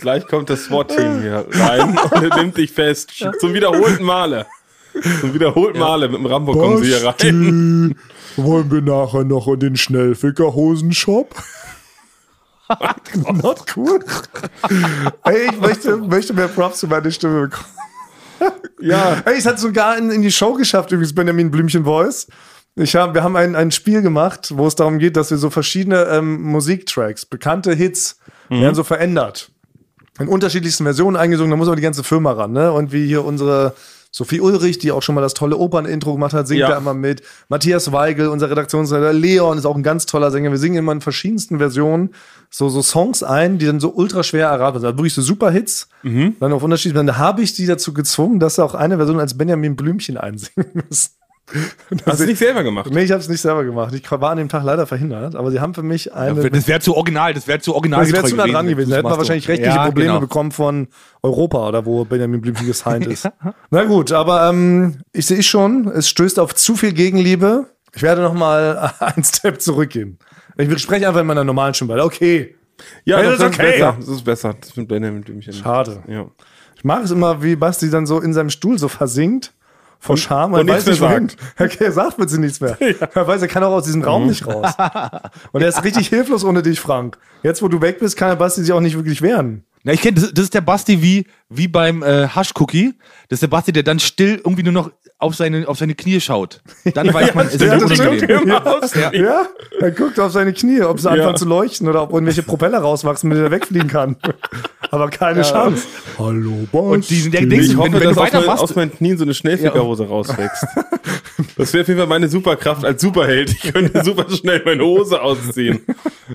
A: Gleich kommt das SWAT-Team hier rein und nimmt dich fest. Zum wiederholten Male. Zum wiederholten Male. Mit dem Rambo kommen sie hier rein.
B: Basti, Wollen wir nachher noch in den Schnellficker-Hosenshop? Not cool. Ey, ich möchte, möchte mehr Props für meine Stimme bekommen.
A: Ja.
B: Ey, es hat sogar in, in die Show geschafft, übrigens, Benjamin Blümchen Voice. Ich hab, wir haben ein, ein Spiel gemacht, wo es darum geht, dass wir so verschiedene ähm, Musiktracks, bekannte Hits,
A: Mhm.
B: werden so verändert. In unterschiedlichsten Versionen eingesungen, da muss aber die ganze Firma ran, ne? Und wie hier unsere Sophie Ulrich, die auch schon mal das tolle Opernintro gemacht hat, singt
A: Ja.
B: da immer mit. Matthias Weigel, unser Redaktionsleiter, Leon ist auch ein ganz toller Sänger. Wir singen immer in verschiedensten Versionen so, so Songs ein, die dann so ultra schwer erratbar sind. Also wirklich so Superhits,
A: Mhm.
B: dann auf unterschiedliche. Dann habe ich die dazu gezwungen, dass sie auch eine Version als Benjamin Blümchen einsingen müssen.
A: Hast du nicht selber gemacht?
B: Nee, ich habe es nicht selber gemacht. Ich war an dem Tag leider verhindert, aber sie haben für mich eine.
C: Das wäre zu original, das wäre zu original.
B: Das wäre zu nah dran gewesen. Da hätten wir wahrscheinlich rechtliche Probleme
A: genau.
C: bekommen.
B: bekommen von Europa oder wo Benjamin Blümchen gesigned ist. Na gut, aber ähm, ich sehe schon, es stößt auf zu viel Gegenliebe. Ich werde noch mal einen Step zurückgehen. Ich spreche einfach in meiner normalen Stimme weiter. Okay.
A: Ja,
B: Nee,
A: das,
B: das ist
A: ist
B: okay.
A: besser. Das ist besser. Das mit Benjamin Blümchen.
B: Schade.
A: Ja.
B: Ich mag es immer, wie Basti dann so in seinem Stuhl so versinkt. Vor Scham,
A: und nichts mehr sagt. Mhm.
B: Er sagt plötzlich nichts mehr. Er weiß, er kann auch aus diesem Raum nicht raus. Und er ist richtig hilflos ohne dich, Frank. Jetzt, wo du weg bist, kann der Basti sich auch nicht wirklich wehren.
C: Na, ich kenne, das, das ist der Basti wie, wie beim äh, Haschcookie. Das ist der Basti, der dann still irgendwie nur noch auf seine, auf seine Knie schaut. Dann weiß man, es ist
B: stimmt, das
C: unangenehm.
A: Ja.
B: Ja, er guckt auf seine Knie, ob sie anfangen
A: Ja.
B: zu leuchten oder ob irgendwelche Propeller rauswachsen, mit denen er wegfliegen kann. Aber keine Chance. Hallo, Boss.
C: Und die, der Dings,
A: Ich hoffe,
C: wenn,
A: dass
C: wenn du
A: aus, mein, aus
C: weitermachst,
A: meinen Knien so eine Schnellfickerhose rauswächst. Das wäre auf jeden Fall meine Superkraft als Superheld. Ich könnte super schnell meine Hose ausziehen.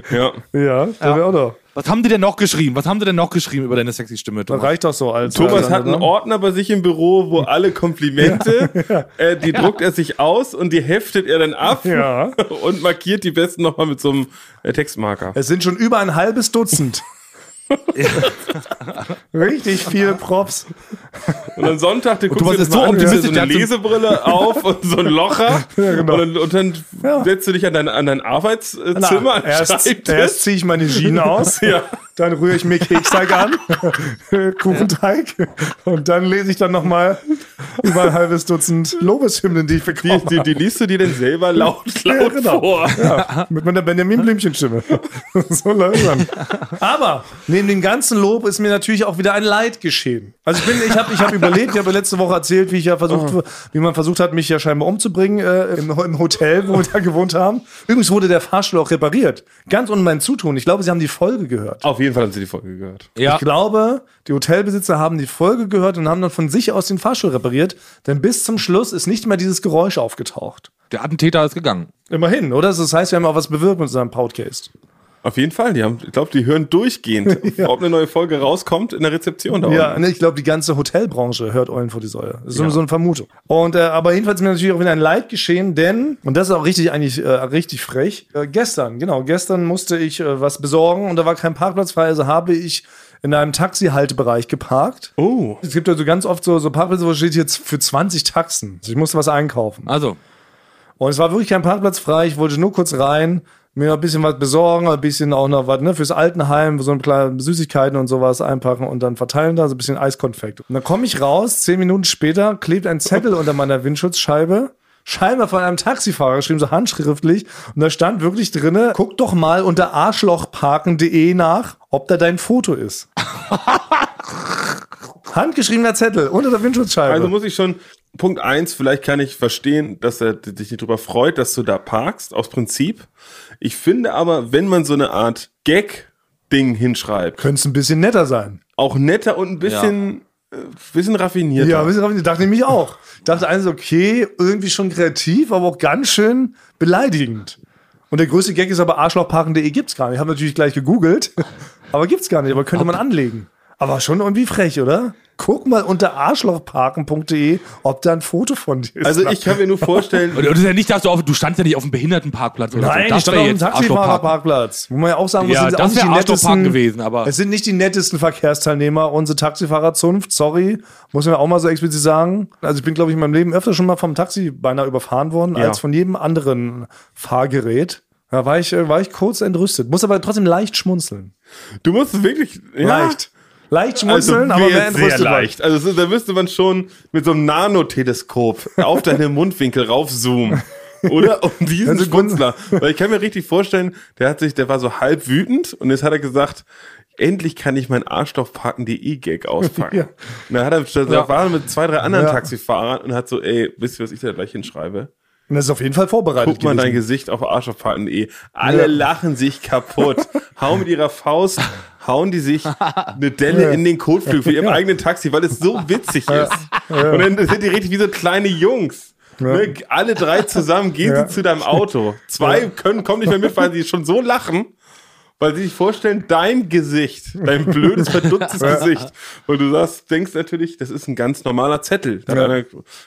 A: Ja.
B: ja, das wär auch noch.
C: was haben die denn noch geschrieben? Was haben die denn noch geschrieben über deine sexy Stimme,
B: Das
C: Thomas?
B: reicht doch so als. ne?
A: Thomas
B: als-
A: hat einen Ordner bei sich im Büro, wo alle Komplimente, äh, die druckt er sich aus und die heftet er dann ab
B: Ja.
A: und markiert die besten nochmal mit so einem äh, Textmarker.
B: Es sind schon über ein halbes Dutzend. Richtig viele Props.
A: Und am Sonntag, du guckst
C: Thomas
A: dir das
C: ist so
A: mal an, du hast
C: optimistisch,
A: so eine
C: der hat
A: Lesebrille auf und so ein Locher.
B: genau.
A: und, dann- und dann
B: Ja.
A: setzt du dich an dein, an dein Arbeitszimmer, an den
B: erst
A: Schreibtisch.
B: erst ziehe ich meine Jeans aus,
A: Ja.
B: dann rühre ich mir Keksteig an, Kuchenteig und dann lese ich dann nochmal über ein halbes Dutzend Lobeshymnen, die ich bekomme.
A: Die, die, die liest du dir denn selber laut, laut
B: genau.
A: vor.
B: Ja, mit meiner Benjamin Blümchen Stimme. so langsam. Aber neben dem ganzen Lob ist mir natürlich auch wieder ein Leid geschehen. Also ich bin, ich habe, ich habe überlegt. Ich habe letzte Woche erzählt, wie ich ja versucht, wie man versucht hat, mich ja scheinbar umzubringen äh, im, im Hotel, wo wir da gewohnt haben. Übrigens wurde der Fahrstuhl auch repariert. Ganz ohne mein Zutun. Ich glaube, Sie haben die Folge gehört.
A: Auf jeden Fall haben sie die Folge gehört.
C: Ja.
B: Ich glaube, die Hotelbesitzer haben die Folge gehört und haben dann von sich aus den Fahrstuhl repariert. Denn bis zum Schluss ist nicht mehr dieses Geräusch aufgetaucht. Also
C: Der Attentäter ist gegangen.
B: Immerhin, oder? Das heißt, wir haben auch was bewirkt mit unserem Podcast.
A: Auf jeden Fall, die haben, ich glaube, die hören durchgehend, ob eine neue Folge rauskommt in der Rezeption da
B: Ja,
A: unten.
B: ne, ich glaube, die ganze Hotelbranche hört Eulen vor die Säule. Das ist so- so eine Vermutung. Und äh, aber jedenfalls ist mir natürlich auch wieder ein Leid geschehen, denn, und das ist auch richtig, eigentlich äh, richtig frech, äh, gestern, genau, gestern musste ich äh, was besorgen und da war kein Parkplatz frei, also habe ich in einem Taxihaltebereich geparkt.
A: Oh.
B: Es gibt also ganz oft so, so Parkplätze, wo steht jetzt für 20 Taxen. Also ich musste was einkaufen.
C: Also,
B: Und es war wirklich kein Parkplatz frei. Ich wollte nur kurz rein, mir noch ein bisschen was besorgen, ein bisschen auch noch was ne, fürs Altenheim, so ein paar Süßigkeiten und sowas einpacken und dann verteilen da so ein bisschen Eiskonfekt. Und dann komme ich raus, zehn Minuten später klebt ein Zettel unter meiner Windschutzscheibe. Scheinbar von einem Taxifahrer geschrieben, so handschriftlich. Und da stand wirklich drinne, guck doch mal unter arschlochparken.de nach, ob da dein Foto ist. Handgeschriebener Zettel unter der Windschutzscheibe.
A: Also muss ich schon, Punkt eins, vielleicht kann ich verstehen, dass er d- dich nicht drüber freut, dass du da parkst, aus Prinzip. Ich finde aber, wenn man so eine Art Gag-Ding hinschreibt,
B: Könnte es ein bisschen netter sein.
A: auch netter und ein bisschen, äh, bisschen raffinierter.
B: Ja, wissen Sie, dachte ich mich auch. Ich dachte eines, okay, irgendwie schon kreativ, aber auch ganz schön beleidigend. Und der größte Gag ist aber arschlochparken.de gibt's gar nicht. Haben natürlich gleich gegoogelt, aber gibt's gar nicht, aber könnte man anlegen. Aber schon irgendwie frech, oder? Guck mal unter arschlochparken.de, ob da ein Foto von dir ist.
A: also ich kann mir nur vorstellen,
C: und das ist ja nicht, dass du auf, du standst ja nicht auf dem Behindertenparkplatz oder
B: Nein,
C: so.
B: ich stand
C: wär
B: auf dem
C: jetzt Arschlochparken.
B: Taxifahrerparkplatz. Wo man ja auch sagen muss,
C: Ja,
B: sind sie
C: das
B: auch nicht
C: wär
B: die
C: Arschlochparken
B: nettesten,
C: gewesen, aber-
B: Es sind nicht die nettesten Verkehrsteilnehmer, unsere Taxifahrerzunft, sorry. Muss man auch mal so explizit sagen. Also ich bin, glaube ich, in meinem Leben öfter schon mal vom Taxi beinahe überfahren worden, als von jedem anderen Fahrgerät. Da war ich, äh, war ich kurz entrüstet. Muss aber trotzdem leicht schmunzeln.
A: du musst es wirklich ja.
B: Leicht. Leicht
A: Also
B: schmunzeln, aber wer
A: sehr,
B: entrüstet
A: sehr leicht. Also es ist- da müsste man schon mit so einem Nanoteleskop auf deine Mundwinkel raufzoomen. Oder um diesen
B: Also grund-
A: Gunzler. Weil ich kann mir richtig vorstellen, der hat sich, der war so halb wütend und jetzt hat er gesagt, endlich kann ich mein Arschlochparken.de Gag auspacken.
B: Ja.
A: Und dann hat er, da war er mit zwei, drei anderen
B: Ja.
A: Taxifahrern und hat so, ey, wisst ihr, was ich da gleich hinschreibe?
B: Und das ist auf jeden Fall vorbereitet.
A: Guck mal dein
B: gewesen.
A: Gesicht auf arschlochparken.de. Alle
B: Also Ja.
A: lachen sich kaputt. hauen mit ihrer Faust, hauen die sich eine Delle
B: Ja.
A: in den Kotflügel für ihrem
B: Ja.
A: eigenen Taxi, weil es so witzig ist. Und dann sind die richtig wie so kleine Jungs. Ne? Alle drei zusammen gehen
B: Ja.
A: sie zu deinem Auto. Zwei können kommen nicht mehr mit, weil sie schon so lachen. Weil sie sich vorstellen, dein Gesicht, dein blödes, verdutztes Gesicht. Und du sagst, denkst natürlich, das ist ein ganz normaler Zettel. Da hat
B: Ja.
A: einer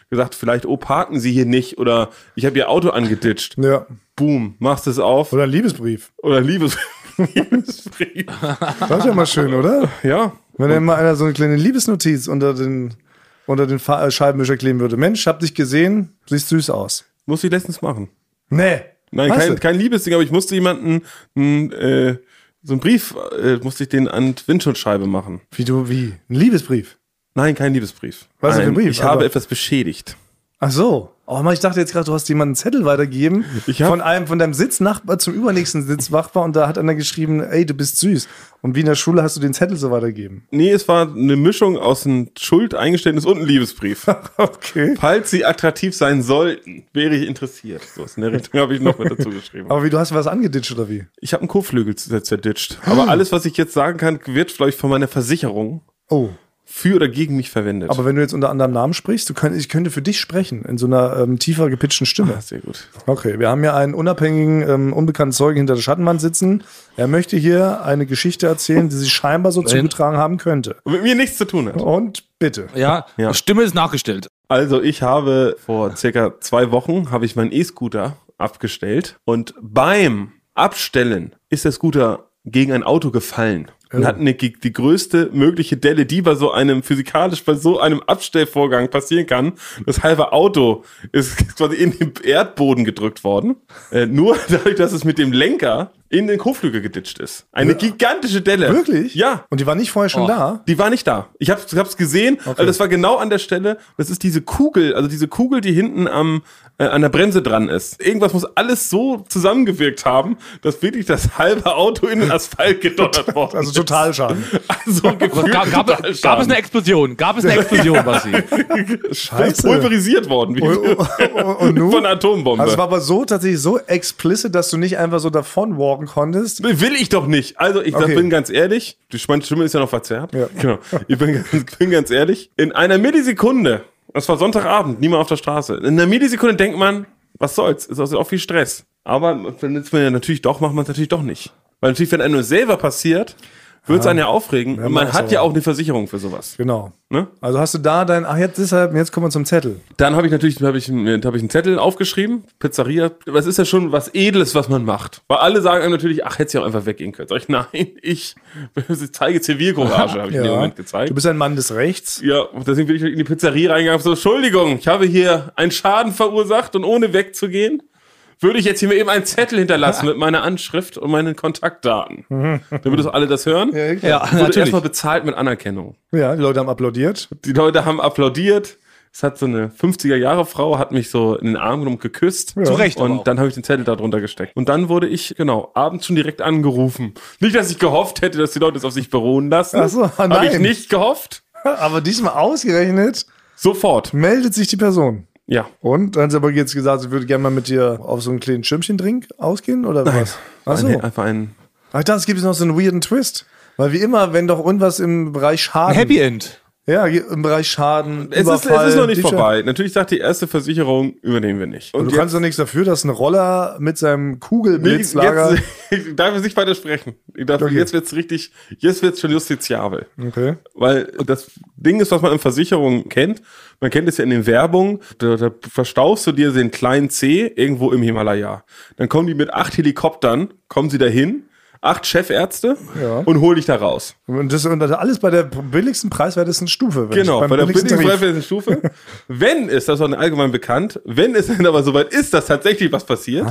A: gesagt, vielleicht, oh, parken Sie hier nicht oder ich habe Ihr Auto angeditscht.
B: Ja.
A: Boom, machst es auf.
B: Oder ein Liebesbrief.
A: Oder Liebes Liebesbrief.
B: Das ist ja mal schön, oder?
A: Ja.
B: Wenn dann mal einer so eine kleine Liebesnotiz unter den, unter den Fa äh, Scheibenwischer kleben würde. Mensch, hab dich gesehen, siehst süß aus.
A: Muss ich letztens machen.
B: Nee.
A: Nein,
B: Weißt
A: kein,
B: du?
A: kein Liebesding, aber ich musste jemanden, n, äh, so einen Brief, äh, musste ich den an die Windschutzscheibe machen.
B: Wie du, wie? Ein Liebesbrief.
A: Nein, kein Liebesbrief.
B: Was ist
A: Nein,
B: denn für ein Brief?
A: Ich habe
B: Aber-
A: etwas beschädigt.
B: Ach so. Oh Mann, ich dachte jetzt gerade, du hast jemanden einen Zettel weitergegeben.
A: Ich hab-
B: von einem, von deinem Sitznachbar zum übernächsten Sitznachbar und da hat einer geschrieben, ey, du bist süß. Und wie in der Schule hast du den Zettel so weitergegeben.
A: Nee, es war eine Mischung aus einem Schuldeingeständnis und einem Liebesbrief.
B: Okay.
A: Falls sie attraktiv sein sollten, wäre ich interessiert. So, in der Richtung habe ich noch mit dazu geschrieben.
B: Aber wie, du hast was angeditscht oder wie?
A: Ich habe einen Kotflügel zer- zerditscht. Aber alles, was ich jetzt sagen kann, wird, glaube ich, von meiner Versicherung
B: Oh.
A: für oder gegen mich verwendet.
B: Aber wenn du jetzt unter anderem Namen sprichst, du könnt, ich könnte für dich sprechen, in so einer ähm, tiefer gepitchten Stimme.
A: Ah, sehr gut.
B: Okay, wir haben hier einen unabhängigen, ähm, unbekannten Zeugen hinter der Schattenwand sitzen. Er möchte hier eine Geschichte erzählen, die sich scheinbar so zugetragen haben könnte.
A: Und mit mir nichts zu tun hat.
B: Und bitte.
C: Ja,
A: Ja.
C: Stimme ist nachgestellt.
A: Also ich habe vor circa zwei Wochen habe ich meinen E-Scooter abgestellt und beim Abstellen ist der Scooter gegen ein Auto gefallen
B: Oh.
A: und hat eine, gi- die größte mögliche Delle, die bei so einem physikalisch bei so einem Abstellvorgang passieren kann. Das halbe Auto ist quasi in den Erdboden gedrückt worden, äh, nur dadurch, dass es mit dem Lenker in den Kotflügel geditscht ist. Eine gigantische Delle.
B: Wirklich?
A: Ja. Oh.
B: Und die war nicht vorher schon da?
A: Die war nicht da. Ich habe es gesehen. Also das war genau an der Stelle. Das ist diese Kugel, also diese Kugel, die hinten am äh, an der Bremse dran ist. Irgendwas muss alles so zusammengewirkt haben, dass wirklich das halbe Auto in den Asphalt gedonnert worden
B: Also
A: ist.
B: total schaden.
A: Also
C: Aber
A: gefühlt
C: Gab, gab,
A: total
C: gab es
A: Schaden.
C: eine Explosion? Gab es eine Explosion, Basti?
A: Das ist
B: Scheiße.
A: pulverisiert worden. Wie
B: und nun?
A: Von einer Atombombe.
B: Also es war aber so tatsächlich so explicit, dass du nicht einfach so davon walken konntest.
A: Will ich doch nicht. Also ich
B: Okay.
A: bin ganz ehrlich, die meine Stimme ist ja noch verzerrt.
B: Ja.
A: Genau. Ich bin, ganz- bin ganz ehrlich. In einer Millisekunde, das war Sonntagabend, niemand auf der Straße. In einer Millisekunde denkt man, was soll's, ist also auch viel Stress. Aber wenn es mir natürlich doch, macht man es natürlich doch nicht. Weil natürlich, wenn einem nur selber passiert, würde es einen ja aufregen.
B: Ja,
A: Und man
B: ist
A: hat
B: aber-
A: ja auch eine Versicherung für sowas.
B: Genau.
A: Ne?
B: Also hast du da dein, ach jetzt deshalb, jetzt kommen wir zum Zettel.
A: Dann habe ich natürlich hab ich, mir- hab ich einen Zettel aufgeschrieben, Pizzeria. Das ist ja schon was Edles, was man macht. Weil alle sagen einem natürlich, ach, hätte sie auch einfach weggehen können. Sag ich, nein, ich, ich zeige Zivilcourage, habe ich in dem Moment gezeigt.
B: Du bist ein Mann des Rechts.
A: Ja, und deswegen bin ich in die Pizzeria reingegangen. und So, Entschuldigung, ich habe hier einen Schaden verursacht und ohne wegzugehen, würde ich jetzt hier mir eben einen Zettel hinterlassen mit meiner Anschrift und meinen Kontaktdaten.
B: Mhm.
A: Damit das alle das hören. Ja,
C: Ja,
A: Wurde erstmal bezahlt mit Anerkennung.
B: Ja, die Leute haben applaudiert.
A: Die Leute haben applaudiert. Es hat so eine 50er-Jahre-Frau, hat mich so in den Arm genommen, geküsst.
B: Zu
C: Recht aber auch.
A: Und dann habe ich den Zettel da drunter gesteckt. Und dann wurde ich, genau, abends schon direkt angerufen. Nicht, dass ich gehofft hätte, dass die Leute es auf sich beruhen lassen.
B: Ach so, ah,
A: Habe ich
B: nein.
A: nicht gehofft.
B: Aber diesmal ausgerechnet
A: Sofort.
B: meldet sich die Person.
A: Ja.
B: Und dann hat sie aber jetzt gesagt, sie würde gerne mal mit dir auf so einen kleinen Schirmchen-Drink ausgehen oder was? Achso.
A: Ein, einfach ein.
B: Ach, das gibt es noch so einen weirden Twist. Weil wie immer, wenn doch irgendwas im Bereich Schaden.
C: Happy End.
B: Ja, im Bereich Schaden.
A: Es ist, es
B: Überfall,
A: ist noch nicht
B: Diebstahl.
A: vorbei. Natürlich sagt die erste Versicherung, übernehmen wir nicht.
B: Und du kannst doch nichts dafür, dass ein Roller mit seinem
A: jetzt,
B: Kugelblitzlager.
A: jetzt, ich darf jetzt nicht weiter sprechen. Ich darf,
B: Okay.
A: Jetzt wird's richtig, jetzt wird's schon justiziabel.
B: Okay.
A: Weil das Ding ist, was man in Versicherungen kennt, man kennt es ja in den Werbungen, da, da verstaust du dir den kleinen C irgendwo im Himalaya. Dann kommen die mit acht Helikoptern, kommen sie dahin, acht Chefärzte
B: Ja.
A: und hol dich da raus.
B: Und das, und das alles bei der billigsten, preiswertesten Stufe. wenn
A: Genau,
B: ich- beim
A: bei der
B: billigsten Tarif.
A: billigsten Stufe. wenn es, das war allgemein bekannt, wenn es dann aber soweit ist, dass tatsächlich was passiert,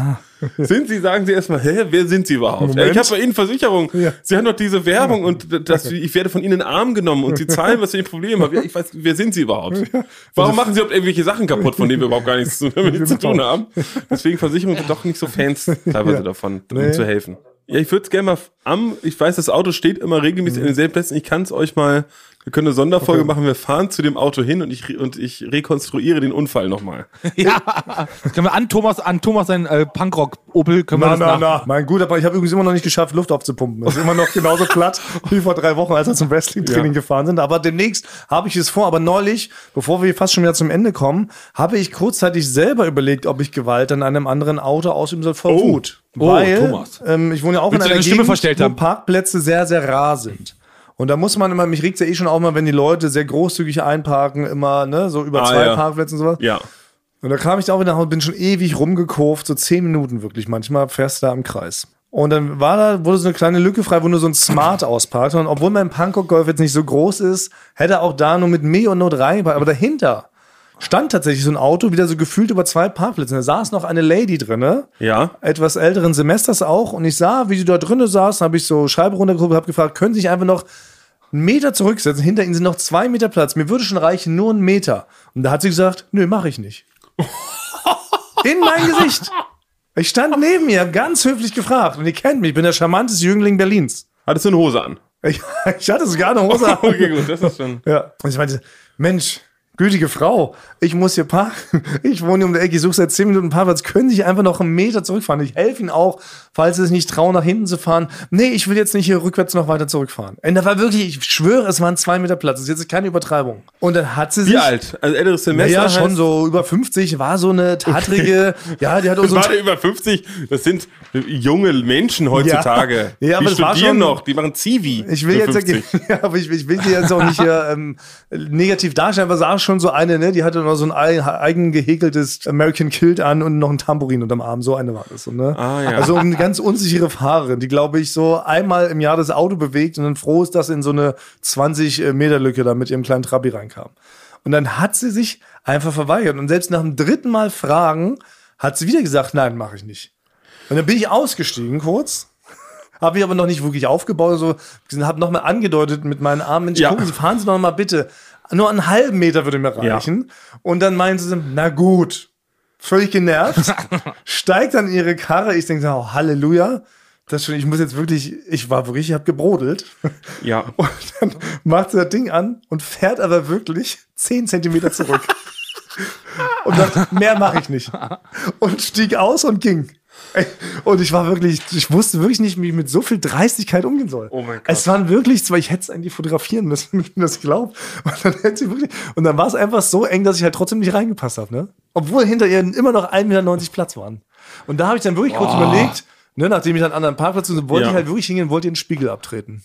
A: sind Sie, sagen Sie erstmal, hä, wer sind Sie überhaupt? Ja,
B: Ah. Moment.
A: ich habe bei Ihnen Versicherung.
B: Ja.
A: Sie haben doch diese Werbung und das, ich werde von Ihnen in den Arm genommen und Sie zahlen, was ich ein Problem habe. Ja, ich weiß, wer sind Sie überhaupt?
B: Also
A: Warum machen Sie überhaupt irgendwelche Sachen kaputt, von denen wir überhaupt gar nichts zu, damit
B: Genau.
A: nichts zu tun haben? Deswegen Versicherungen sind doch nicht so Fans teilweise davon, um zu helfen. Ja, ich würde es gerne mal am, ich weiß, das Auto steht immer regelmäßig
B: Mhm.
A: in denselben Plätzen. Ich kann es euch mal, wir können eine Sonderfolge machen, wir fahren zu dem Auto hin und ich, re- und ich rekonstruiere den Unfall nochmal.
C: Ja. Das können wir an Thomas, an Thomas sein äh, Punkrock Opel können
B: Na,
C: wir das
B: na,
C: nach
B: na. Mein guter, aber ich habe übrigens immer noch nicht geschafft, Luft aufzupumpen. Das ist immer noch genauso platt wie vor drei Wochen, als wir zum Wrestling-Training gefahren sind. Aber demnächst habe ich es vor. Aber neulich, bevor wir fast schon wieder zum Ende kommen, habe ich kurzzeitig selber überlegt, ob ich Gewalt an einem anderen Auto ausüben soll vor Wut.
C: Oh,
B: Weil,
C: Thomas.
B: Ähm, ich wohne ja auch
C: Willst
B: in
C: du
B: einer
C: deine Stimme
B: Gegend,
C: verstellt
B: wo
C: haben?
B: Parkplätze sehr, sehr rar sind. Und da muss man immer, mich regt ja eh schon auch mal, wenn die Leute sehr großzügig einparken, immer, ne, so über
A: Ah,
B: zwei
A: ja.
B: Parkplätze und sowas.
A: Ja.
B: Und da kam ich da auch wieder nach Hause, bin schon ewig rumgekurvt, so zehn Minuten wirklich. Manchmal fährst du da im Kreis. Und dann war da, wurde so eine kleine Lücke frei, wo nur so ein Smart ausparkt. Und obwohl mein Pankow-Golf jetzt nicht so groß ist, hätte er auch da nur mit Mio und Not reingepackt. Aber dahinter stand tatsächlich so ein Auto, wieder so gefühlt über zwei Parkplätze. Da saß noch eine Lady drinne
A: Ja.
B: etwas älteren Semesters auch und ich sah, wie sie da drinnen saßen, habe ich so Scheibe runtergehoben, habe gefragt, können Sie sich einfach noch einen Meter zurücksetzen? Hinter Ihnen sind noch zwei Meter Platz. Mir würde schon reichen, nur einen Meter. Und da hat sie gesagt, nö, mache ich nicht. In mein Gesicht. Ich stand neben ihr, ganz höflich gefragt und ihr kennt mich, ich bin der charmanteste Jüngling Berlins.
A: Hattest du eine Hose an?
B: Ich, ich hatte sogar eine Hose an.
A: Okay, gut, das ist schon.
B: Ja. Und ich meinte, Mensch, gütige Frau, ich muss hier parken. Ich wohne hier um der Ecke, ich suche seit 10 Minuten einen Parkplatz. Können Sie einfach noch einen Meter zurückfahren? Ich helfe Ihnen auch, falls Sie sich nicht trauen, nach hinten zu fahren. Nee, ich will jetzt nicht hier rückwärts noch weiter zurückfahren. Und da war wirklich, ich schwöre, es waren zwei Meter Platz. Das ist jetzt keine Übertreibung. Und dann hat sie sich...
A: Wie alt? Also älteres Semester.
B: Ja, schon
A: heißt-
B: so über 50, war so eine tatrige, ja, die hat auch so ein
A: Warte, über 50, das sind junge Menschen heutzutage.
B: Ja, aber
A: die
B: das war
A: studieren
B: schon-
A: noch, die machen Zivi.
B: Ich will
A: mit
B: jetzt,
A: 50.
B: ja, aber ich, ich will die jetzt auch nicht hier ähm, negativ darstellen, aber sah schon so eine, ne? Die hatte noch so ein ei- eigen gehäkeltes American Kilt an und noch ein Tambourin unterm Arm, so eine war das. So, ne?
A: Ah, ja.
B: Also eine ganz unsichere Fahrerin, die glaube ich so einmal im Jahr das Auto bewegt und dann froh ist, dass in so eine 20 äh, Meter Lücke da mit ihrem kleinen Trabi reinkam. Und dann hat sie sich einfach verweigert und selbst nach dem dritten Mal fragen, hat sie wieder gesagt, nein, mache ich nicht. Und dann bin ich ausgestiegen kurz. Habe ich aber noch nicht wirklich aufgebaut. So, habe nochmal angedeutet mit meinen Armen, Mensch,
A: Ja.
B: gucken Sie, fahren Sie doch noch mal bitte. Nur einen halben Meter würde mir reichen. Und dann meinen sie, na gut. Völlig genervt. steigt dann in ihre Karre. Ich denke, oh, Halleluja. Das schon, ich muss jetzt wirklich, ich war wirklich, ich habe gebrodelt.
A: Ja.
B: Und dann macht sie das Ding an und fährt aber wirklich 10 Zentimeter zurück. und sagt, mehr mache ich nicht. Und stieg aus und ging. Ey, Und ich war wirklich, ich wusste wirklich nicht, wie ich mit so viel Dreistigkeit umgehen soll.
A: Oh mein Gott.
B: Es waren wirklich zwei, ich hätte es eigentlich fotografieren müssen, wenn ich das glaubt. Und dann hätte sie wirklich, und dann war es einfach so eng, dass ich halt trotzdem nicht reingepasst habe, ne? Obwohl hinter ihr immer noch 1,90 Meter Platz waren. Und da habe ich dann wirklich kurz überlegt, ne, nachdem ich an einen anderen Parkplatz und wollte
A: Ja.
B: ich halt wirklich hingehen, wollte den Spiegel abtreten.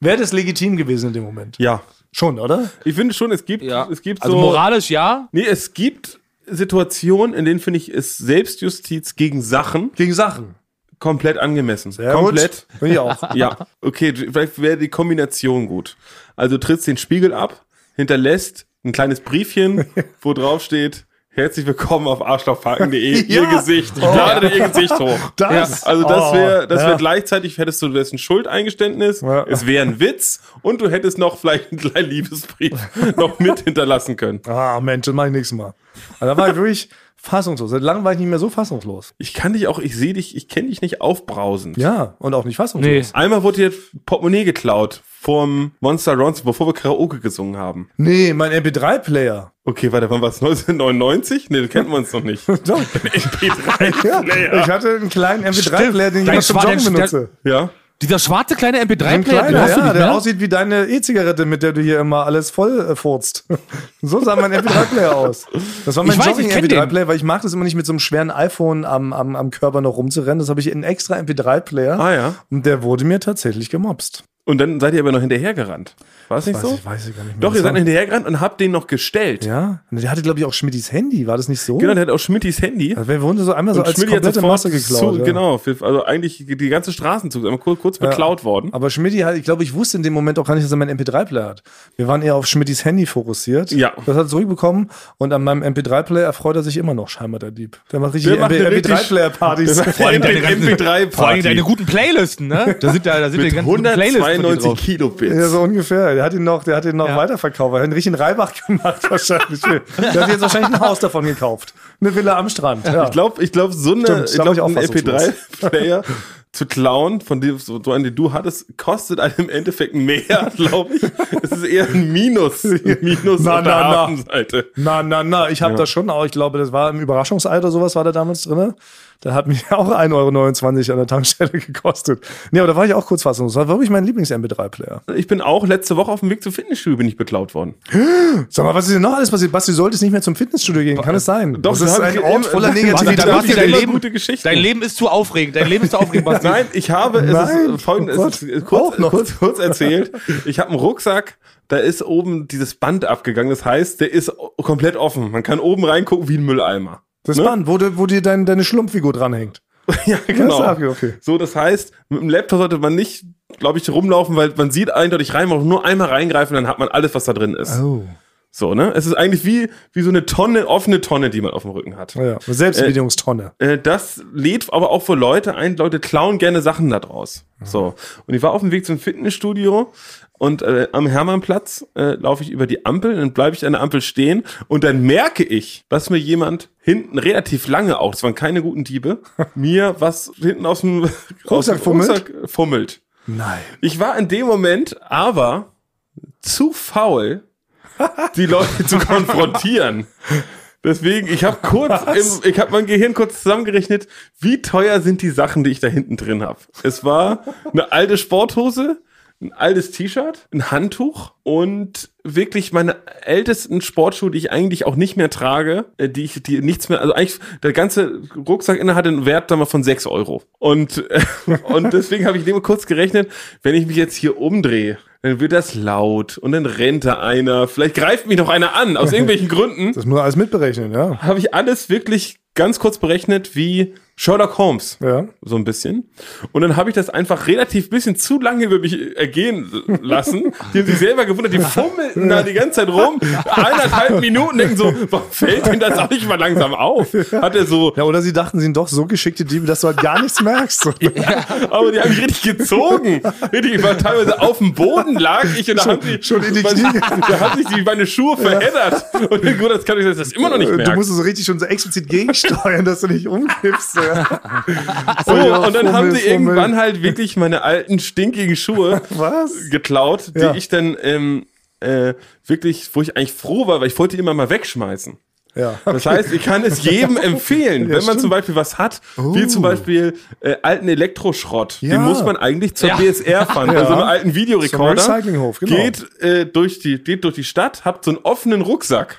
B: Wäre das legitim gewesen in dem Moment?
A: Ja.
B: Schon, oder?
A: Ich finde schon, es gibt, es gibt
C: also
A: so.
C: moralisch ja.
A: Nee, es gibt Situationen, in denen finde ich, ist Selbstjustiz gegen Sachen
B: Gegen Sachen.
A: komplett angemessen.
B: Ja,
A: komplett.
B: Gut. Bin ich auch.
A: Ja, okay, vielleicht wäre die Kombination gut. Also du trittst den Spiegel ab, hinterlässt ein kleines Briefchen, wo drauf steht, herzlich willkommen auf arschlochparken.de,
B: Ja. Oh.
A: ihr Gesicht. Ich lade dir ihr Gesicht hoch.
B: Das-
A: also das
B: oh,
A: wäre, das
B: ja.
A: wäre gleichzeitig, hättest du dessen Schuldeingeständnis,
B: Ja.
A: es wäre ein Witz und du hättest noch vielleicht einen kleinen Liebesbrief noch mit hinterlassen können.
B: Ah, Mensch, das mach ich nächstes Mal. Aber da war ich wirklich fassungslos. Seit langem war ich nicht mehr so fassungslos.
A: Ich kann dich auch, ich sehe dich, ich kenne dich nicht aufbrausend.
B: Ja, und auch nicht
C: Nee.
B: fassungslos.
A: Einmal wurde dir Portemonnaie geklaut vom Monster Ronson, bevor wir Karaoke gesungen haben.
B: Nee, mein MP3-Player.
A: Okay, warte, wann war es? 1999? Nee, da kennen wir uns noch nicht.
B: Doch. Ja, ich hatte einen kleinen MP3-Player, den ich
C: Dein
B: immer zum
C: Schwa-
B: Joggen
C: der-
B: benutze.
A: Ja.
C: Dieser schwarze kleine
B: Ein
C: MP3-Player, den
B: kleiner,
C: hast du
B: ja,
C: nicht
B: der
C: mehr?
B: aussieht wie deine E-Zigarette, mit der du hier immer alles voll äh, furzt. So sah mein MP3-Player aus. Das war mein
C: Ich weiß, ich kenn
B: Jogging-MP3-Player, weil ich mag das immer nicht mit so einem schweren iPhone am, am, am Körper noch rumzurennen. Das habe ich in einen extra MP3-Player.
A: Ah ja.
B: Und der wurde mir tatsächlich gemobst.
A: Und dann seid ihr aber noch hinterhergerannt. War es nicht so?
B: weiß ich gar nicht mehr.
A: Doch, ihr seid noch
B: nicht.
A: hinterhergerannt und habt den noch gestellt.
B: Ja, und der hatte, glaube ich, auch Schmittis Handy, war das nicht so?
A: Genau, der hat auch Schmittis Handy.
B: Also wir wurden so einmal so
A: Und
B: als
A: Schmitty hat
B: komplette
A: sofort
B: Masse geklaut.
A: Zu,
B: ja.
A: Genau, für- also eigentlich die ganze Straßenzug, einmal kurz, kurz beklaut worden.
B: Aber Schmidti hat, ich glaube, ich wusste in dem Moment auch gar nicht, dass er meinen MP3-Player hat. Wir waren eher auf Schmittis Handy fokussiert.
A: Ja.
B: Das hat er zurückbekommen und an meinem MP3-Player erfreut er sich immer noch, scheinbar der Dieb. Der macht richtig
A: Der macht eine richtig-
B: MP3-Player-Partys.
A: Vor allem deine ganzen-
C: Vor allem deine
A: Party.
C: guten Playlisten, ne? Da sind ja, da sind ja die ganzen guten von dir
A: 192
C: drauf.
A: Kilo Bits.
B: Ja, so ungefähr. Der hat ihn noch, der hat ihn noch
C: Ja.
B: weiterverkauft. Er hat ihn richtig in Reibach gemacht, wahrscheinlich. der hat jetzt wahrscheinlich ein Haus davon gekauft. Eine Villa am Strand. Ja.
A: Ich glaube, ich glaub, so eine,
B: Stimmt,
A: ich
B: da
A: glaub,
B: bin ich auch
A: ein
B: fassungslos.
A: MP3-Player zu klauen, von dem so, so einen, den du hattest, kostet einem im Endeffekt mehr, glaube ich. Es ist eher ein Minus. Ein Minus
B: Na,
A: auf der
B: na, na.
A: Habenseite.
B: Na, na, na, ich habe das schon auch. Ich glaube, das war im Überraschungsei oder sowas war da damals drin. Da hat mir auch 1,29 Euro an der Tankstelle gekostet. Nee, aber da war ich auch kurz fassungslos. Das war wirklich mein Lieblings-MP3-Player.
A: Ich bin auch letzte Woche auf dem Weg zum Fitnessstudio bin ich beklaut worden.
B: Sag mal, was ist denn noch alles passiert? Basti, du solltest nicht mehr zum Fitnessstudio gehen. Kann es sein?
A: Doch,
B: das ist
A: da hab
B: ein
A: ich
B: Ort
A: eben-
B: voller
A: Basti,
C: Basti,
B: Negativität.
C: dann Basti, dein
A: immer
C: Leben,
A: gute Geschichten.
C: dein Leben ist zu aufregend. Dein Leben ist zu aufregend, Basti.
A: Nein, ich habe, es
B: Nein,
A: ist folgendes,
B: oh
A: es
B: Gott,
A: ist
B: auch
A: kurz,
B: noch.
A: kurz, kurz erzählt. Ich habe einen Rucksack, da ist oben dieses Band abgegangen. Das heißt, der ist o- komplett offen. Man kann oben reingucken wie ein Mülleimer.
B: Das ist spannend, wo, du, wo dir dein, deine Schlumpffigur dranhängt.
A: Ja, genau.
B: Ja, ist okay, okay.
A: So, das heißt, mit dem Laptop sollte man nicht, glaube ich, rumlaufen, weil man sieht eindeutig rein, man muss nur einmal reingreifen, dann hat man alles, was da drin ist.
B: Oh.
A: So, ne? Es ist eigentlich wie, wie so eine Tonne, offene Tonne, die man auf dem Rücken hat.
B: Ja, Selbstbedienungstonne.
A: Äh, das lädt aber auch für Leute ein. Leute klauen gerne Sachen da draus.
B: Mhm.
A: So. Und ich war auf dem Weg zum Fitnessstudio und äh, am Hermannplatz äh, laufe ich über die Ampel, dann bleibe ich an der Ampel stehen und dann merke ich, dass mir jemand hinten relativ lange auch, das waren keine guten Diebe, mir was hinten aus dem aus dem
B: Rucksack fummelt?
A: fummelt.
B: Nein.
A: Ich war in dem Moment aber zu faul, die Leute zu konfrontieren. Deswegen, ich habe kurz, im, ich habe mein Gehirn kurz zusammengerechnet, wie teuer sind die Sachen, die ich da hinten drin habe. Es war eine alte Sporthose, ein altes T-Shirt, ein Handtuch und wirklich meine ältesten Sportschuhe, die ich eigentlich auch nicht mehr trage, äh, die ich, die nichts mehr, also eigentlich der ganze Rucksack inne hatte einen Wert dann mal von 6 Euro. Und, äh, und deswegen habe ich dem kurz gerechnet, wenn ich mich jetzt hier umdrehe, dann wird das laut und dann rennt da einer. Vielleicht greift mich noch einer an, aus irgendwelchen Gründen
B: Das muss man alles mitberechnen, ja.
A: habe ich alles wirklich ganz kurz berechnet wie Sherlock Holmes.
B: Ja.
A: So ein bisschen. Und dann habe ich das einfach relativ bisschen zu lange über mich ergehen lassen. Die haben sich selber gewundert, die fummelten da die ganze Zeit rum. Eineinhalb Minuten denken so, warum fällt denn das auch nicht mal langsam auf? Hat er so,
B: Ja, oder sie dachten, sie sind doch so geschickte Diebe, dass du halt gar nichts merkst.
A: aber die haben mich richtig gezogen. Richtig, ich war teilweise auf dem Boden lag ich und da haben sie,
B: schon in die
A: meine-
B: Knie.
A: da haben sich die, meine Schuhe verheddert. Und gut, das kann ich das immer noch nicht merken.
B: Äh, Du musst es so richtig schon so explizit gegensteuern, dass du nicht umkippst. Ja.
A: So,
B: Ja,
A: Oh, und dann
B: Fummel,
A: haben sie
B: Fummel.
A: irgendwann halt wirklich meine alten stinkigen Schuhe
B: Was?
A: geklaut, die
B: Ja.
A: ich dann ähm, äh, wirklich, wo ich eigentlich froh war, weil ich wollte die immer mal wegschmeißen.
B: Ja.
A: Das heißt, ich kann es jedem empfehlen, wenn man
B: stimmt. Oh.
A: zum Beispiel was hat, wie zum Beispiel äh, alten Elektroschrott,
B: Ja.
A: den muss man eigentlich zur BSR fahren, also einem alten Videorekorder.
B: Zum Recyclinghof, genau.
A: Geht äh, durch die geht durch die Stadt, habt so einen offenen Rucksack.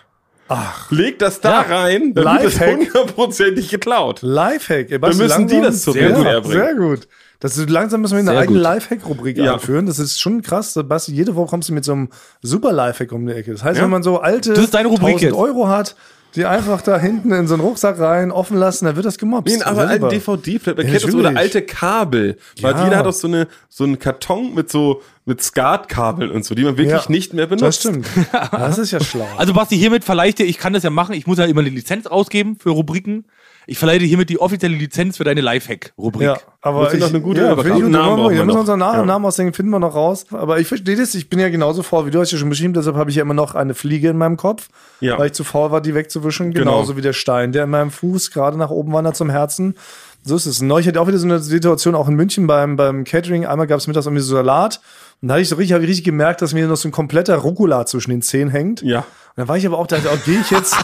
A: Legt das da
B: Ja.
A: rein, dann wird das
B: Lifehack.
A: hundertprozentig geklaut.
B: Lifehack. Wir
A: müssen die das zur
B: sehr,
A: Ruhe
B: ja,
A: bringen.
B: sehr gut. Das ist, langsam müssen wir eine
C: Sehr
B: eigene
C: gut.
B: Lifehack-Rubrik
A: Ja.
B: einführen. Das ist schon krass. Basti, jede Woche kommst du mit so einem super Lifehack um die Ecke. Das heißt,
A: Ja.
B: wenn man so alte
C: Das ist deine Rubrik jetzt.
B: Euro hat, die einfach da hinten in so einen Rucksack rein, offen lassen, dann wird das gemobbt.
A: Nee, aber alten DVD-Flipper
B: Ja,
A: kennt das, oder
B: natürlich.
A: alte Kabel. Weil
B: Ja.
A: jeder hat auch so, eine, so einen Karton mit so mit Skatkabeln und so, die man wirklich nicht mehr benutzt.
B: Das stimmt. Das ist ja schlau.
C: Also Basti, hiermit verleihe ich dir, ich kann das ja machen, ich muss ja immer eine Lizenz ausgeben für Rubriken. Ich verleihe dir hiermit die offizielle Lizenz für deine Lifehack-Rubrik.
B: Ja, aber
A: Muss ich noch eine gute Übergabe-
B: finde ich,
A: Namen
B: Namen
A: brauchen
B: wir
A: wir
B: müssen
A: noch.
B: unseren Namen,
A: Ja.
B: Namen ausdenken, finden wir noch raus. Aber ich verstehe das, ich bin ja genauso faul, wie du hast ja schon beschrieben, deshalb habe ich ja immer noch eine Fliege in meinem Kopf,
A: Ja.
B: weil ich zu faul war, die wegzuwischen.
A: Genau.
B: Genauso wie der Stein, der in meinem Fuß gerade nach oben wandert zum Herzen. So ist es. Neulich hatte ich auch wieder so eine Situation, auch in München beim, beim Catering. Einmal gab es mittags irgendwie so Salat. Und da habe ich so richtig, habe ich richtig gemerkt, dass mir noch so ein kompletter Rucola zwischen den Zähnen hängt.
A: Ja.
B: Und dann war ich aber auch, dachte, oh, gehe ich jetzt,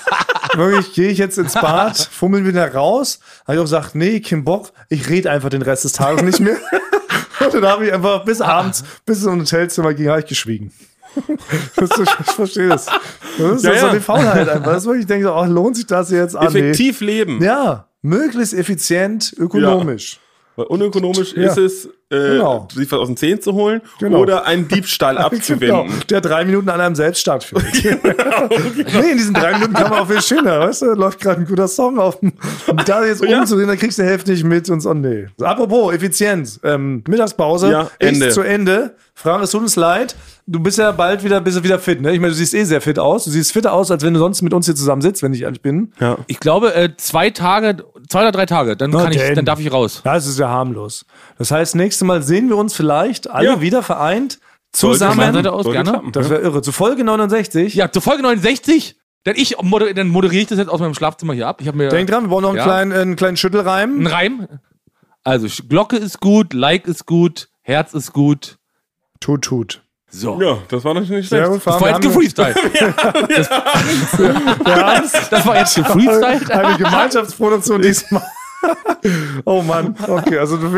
B: wirklich, gehe ich jetzt ins Bad, fummeln wieder raus. Habe ich auch gesagt, nee, kein Bock, ich rede einfach den Rest des Tages nicht mehr. Und dann habe ich einfach bis abends, bis ins Hotelzimmer ging, habe ich geschwiegen. Das ist, ich verstehe das. Das ist
A: Ja,
B: ja, so
A: ja.
B: die Faulheit einfach. Das ist wirklich, ich denke, so, ach, lohnt sich das jetzt? Ah, nee.
A: Effektiv leben.
B: Ja, möglichst effizient, ökonomisch.
A: Weil unökonomisch
B: Ja.
A: ist es, äh,
B: Genau.
A: sich was aus den Zähnen zu holen
B: Genau.
A: oder einen Diebstahl abzuwenden.
B: der drei Minuten an einem selbst stattfindet. Nee, in diesen drei Minuten kann man auch viel schöner, weißt du? Läuft gerade ein guter Song auf. dem- Und da jetzt
A: Ja.
B: umzudrehen, dann kriegst du die Hälfte nicht mit und so. Nee. So, apropos Effizienz. Ähm, Mittagspause
A: Ja, Ende.
B: ist zu Ende. Frank, es tut uns leid. Du bist ja bald wieder, bist du wieder fit, ne? Ich meine, du siehst eh sehr fit aus. Du siehst fitter aus, als wenn du sonst mit uns hier zusammen sitzt, wenn ich ehrlich bin.
A: Ja.
C: Ich glaube, äh, zwei Tage, zwei oder drei Tage, dann, kann ich,
B: denn.
C: dann darf ich raus.
B: Ja, es ist ja harmlos. Das heißt, nächstes Mal sehen wir uns vielleicht alle
A: Ja.
B: wieder vereint.
C: Von meiner
B: Zusammen.
C: Seite aus
A: Sollte
C: gerne.
A: klappen.
B: Das wäre irre. Zu Folge 69.
C: Ja, zur Folge 69, dann, ich moder dann moderiere ich das jetzt aus meinem Schlafzimmer hier ab. Ich habe mir
B: Denk dran, wir brauchen noch einen,
C: Ja. Ne.
B: kleinen, äh, einen kleinen Schüttelreim.
C: einen Reim. Also Sch- Glocke ist gut, Like ist gut, Herz ist gut.
B: Tut, tut.
C: So.
A: Ja, das war natürlich
B: Sehr
A: schlecht.
B: gut,
C: Das war jetzt gefreestylt.
B: jetzt
C: Das war jetzt gefreestylt.
B: Eine Gemeinschaftsproduktion diesmal. oh Mann, okay, also du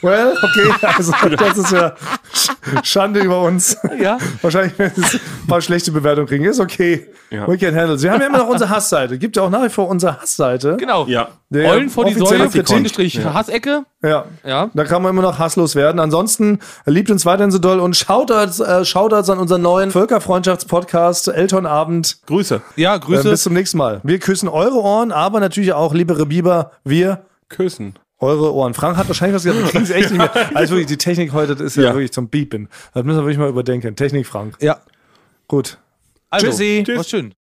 B: Well, okay, also das ist ja Sch- Schande über uns.
C: Ja.
B: Wahrscheinlich werden wir jetzt ein paar schlechte Bewertungen kriegen. Ist okay.
A: Ja.
B: We can handle. it. Wir haben ja immer noch unsere Hassseite. Gibt ja auch nach wie vor unsere Hassseite.
C: Genau.
A: Ja.
B: Der
C: Eulen vor die
B: offizielle
C: Säule,
B: Kritik.
C: Bindestrich Hassecke.
B: Ja.
C: Ja.
B: Da kann man immer noch hasslos werden. Ansonsten liebt uns weiterhin so doll und Shoutouts, äh, Shoutouts an unseren neuen Völkerfreundschaftspodcast Elternabend.
A: Grüße.
C: Ja,
B: Äh,
C: Grüße.
B: bis zum nächsten Mal. Wir küssen eure Ohren, aber natürlich auch, liebe Rebiber, wir
A: Küssen.
B: eure Ohren. Frank hat wahrscheinlich was gesagt, wir kriegen es echt nicht mehr. Also wirklich, die Technik heute das ist ja,
A: Ja.
B: wirklich zum Biepen. Das müssen wir wirklich mal überdenken. Technik, Frank.
C: Ja.
B: Gut.
C: Also,
B: Tschüssi.
C: Tschüss. War's schön.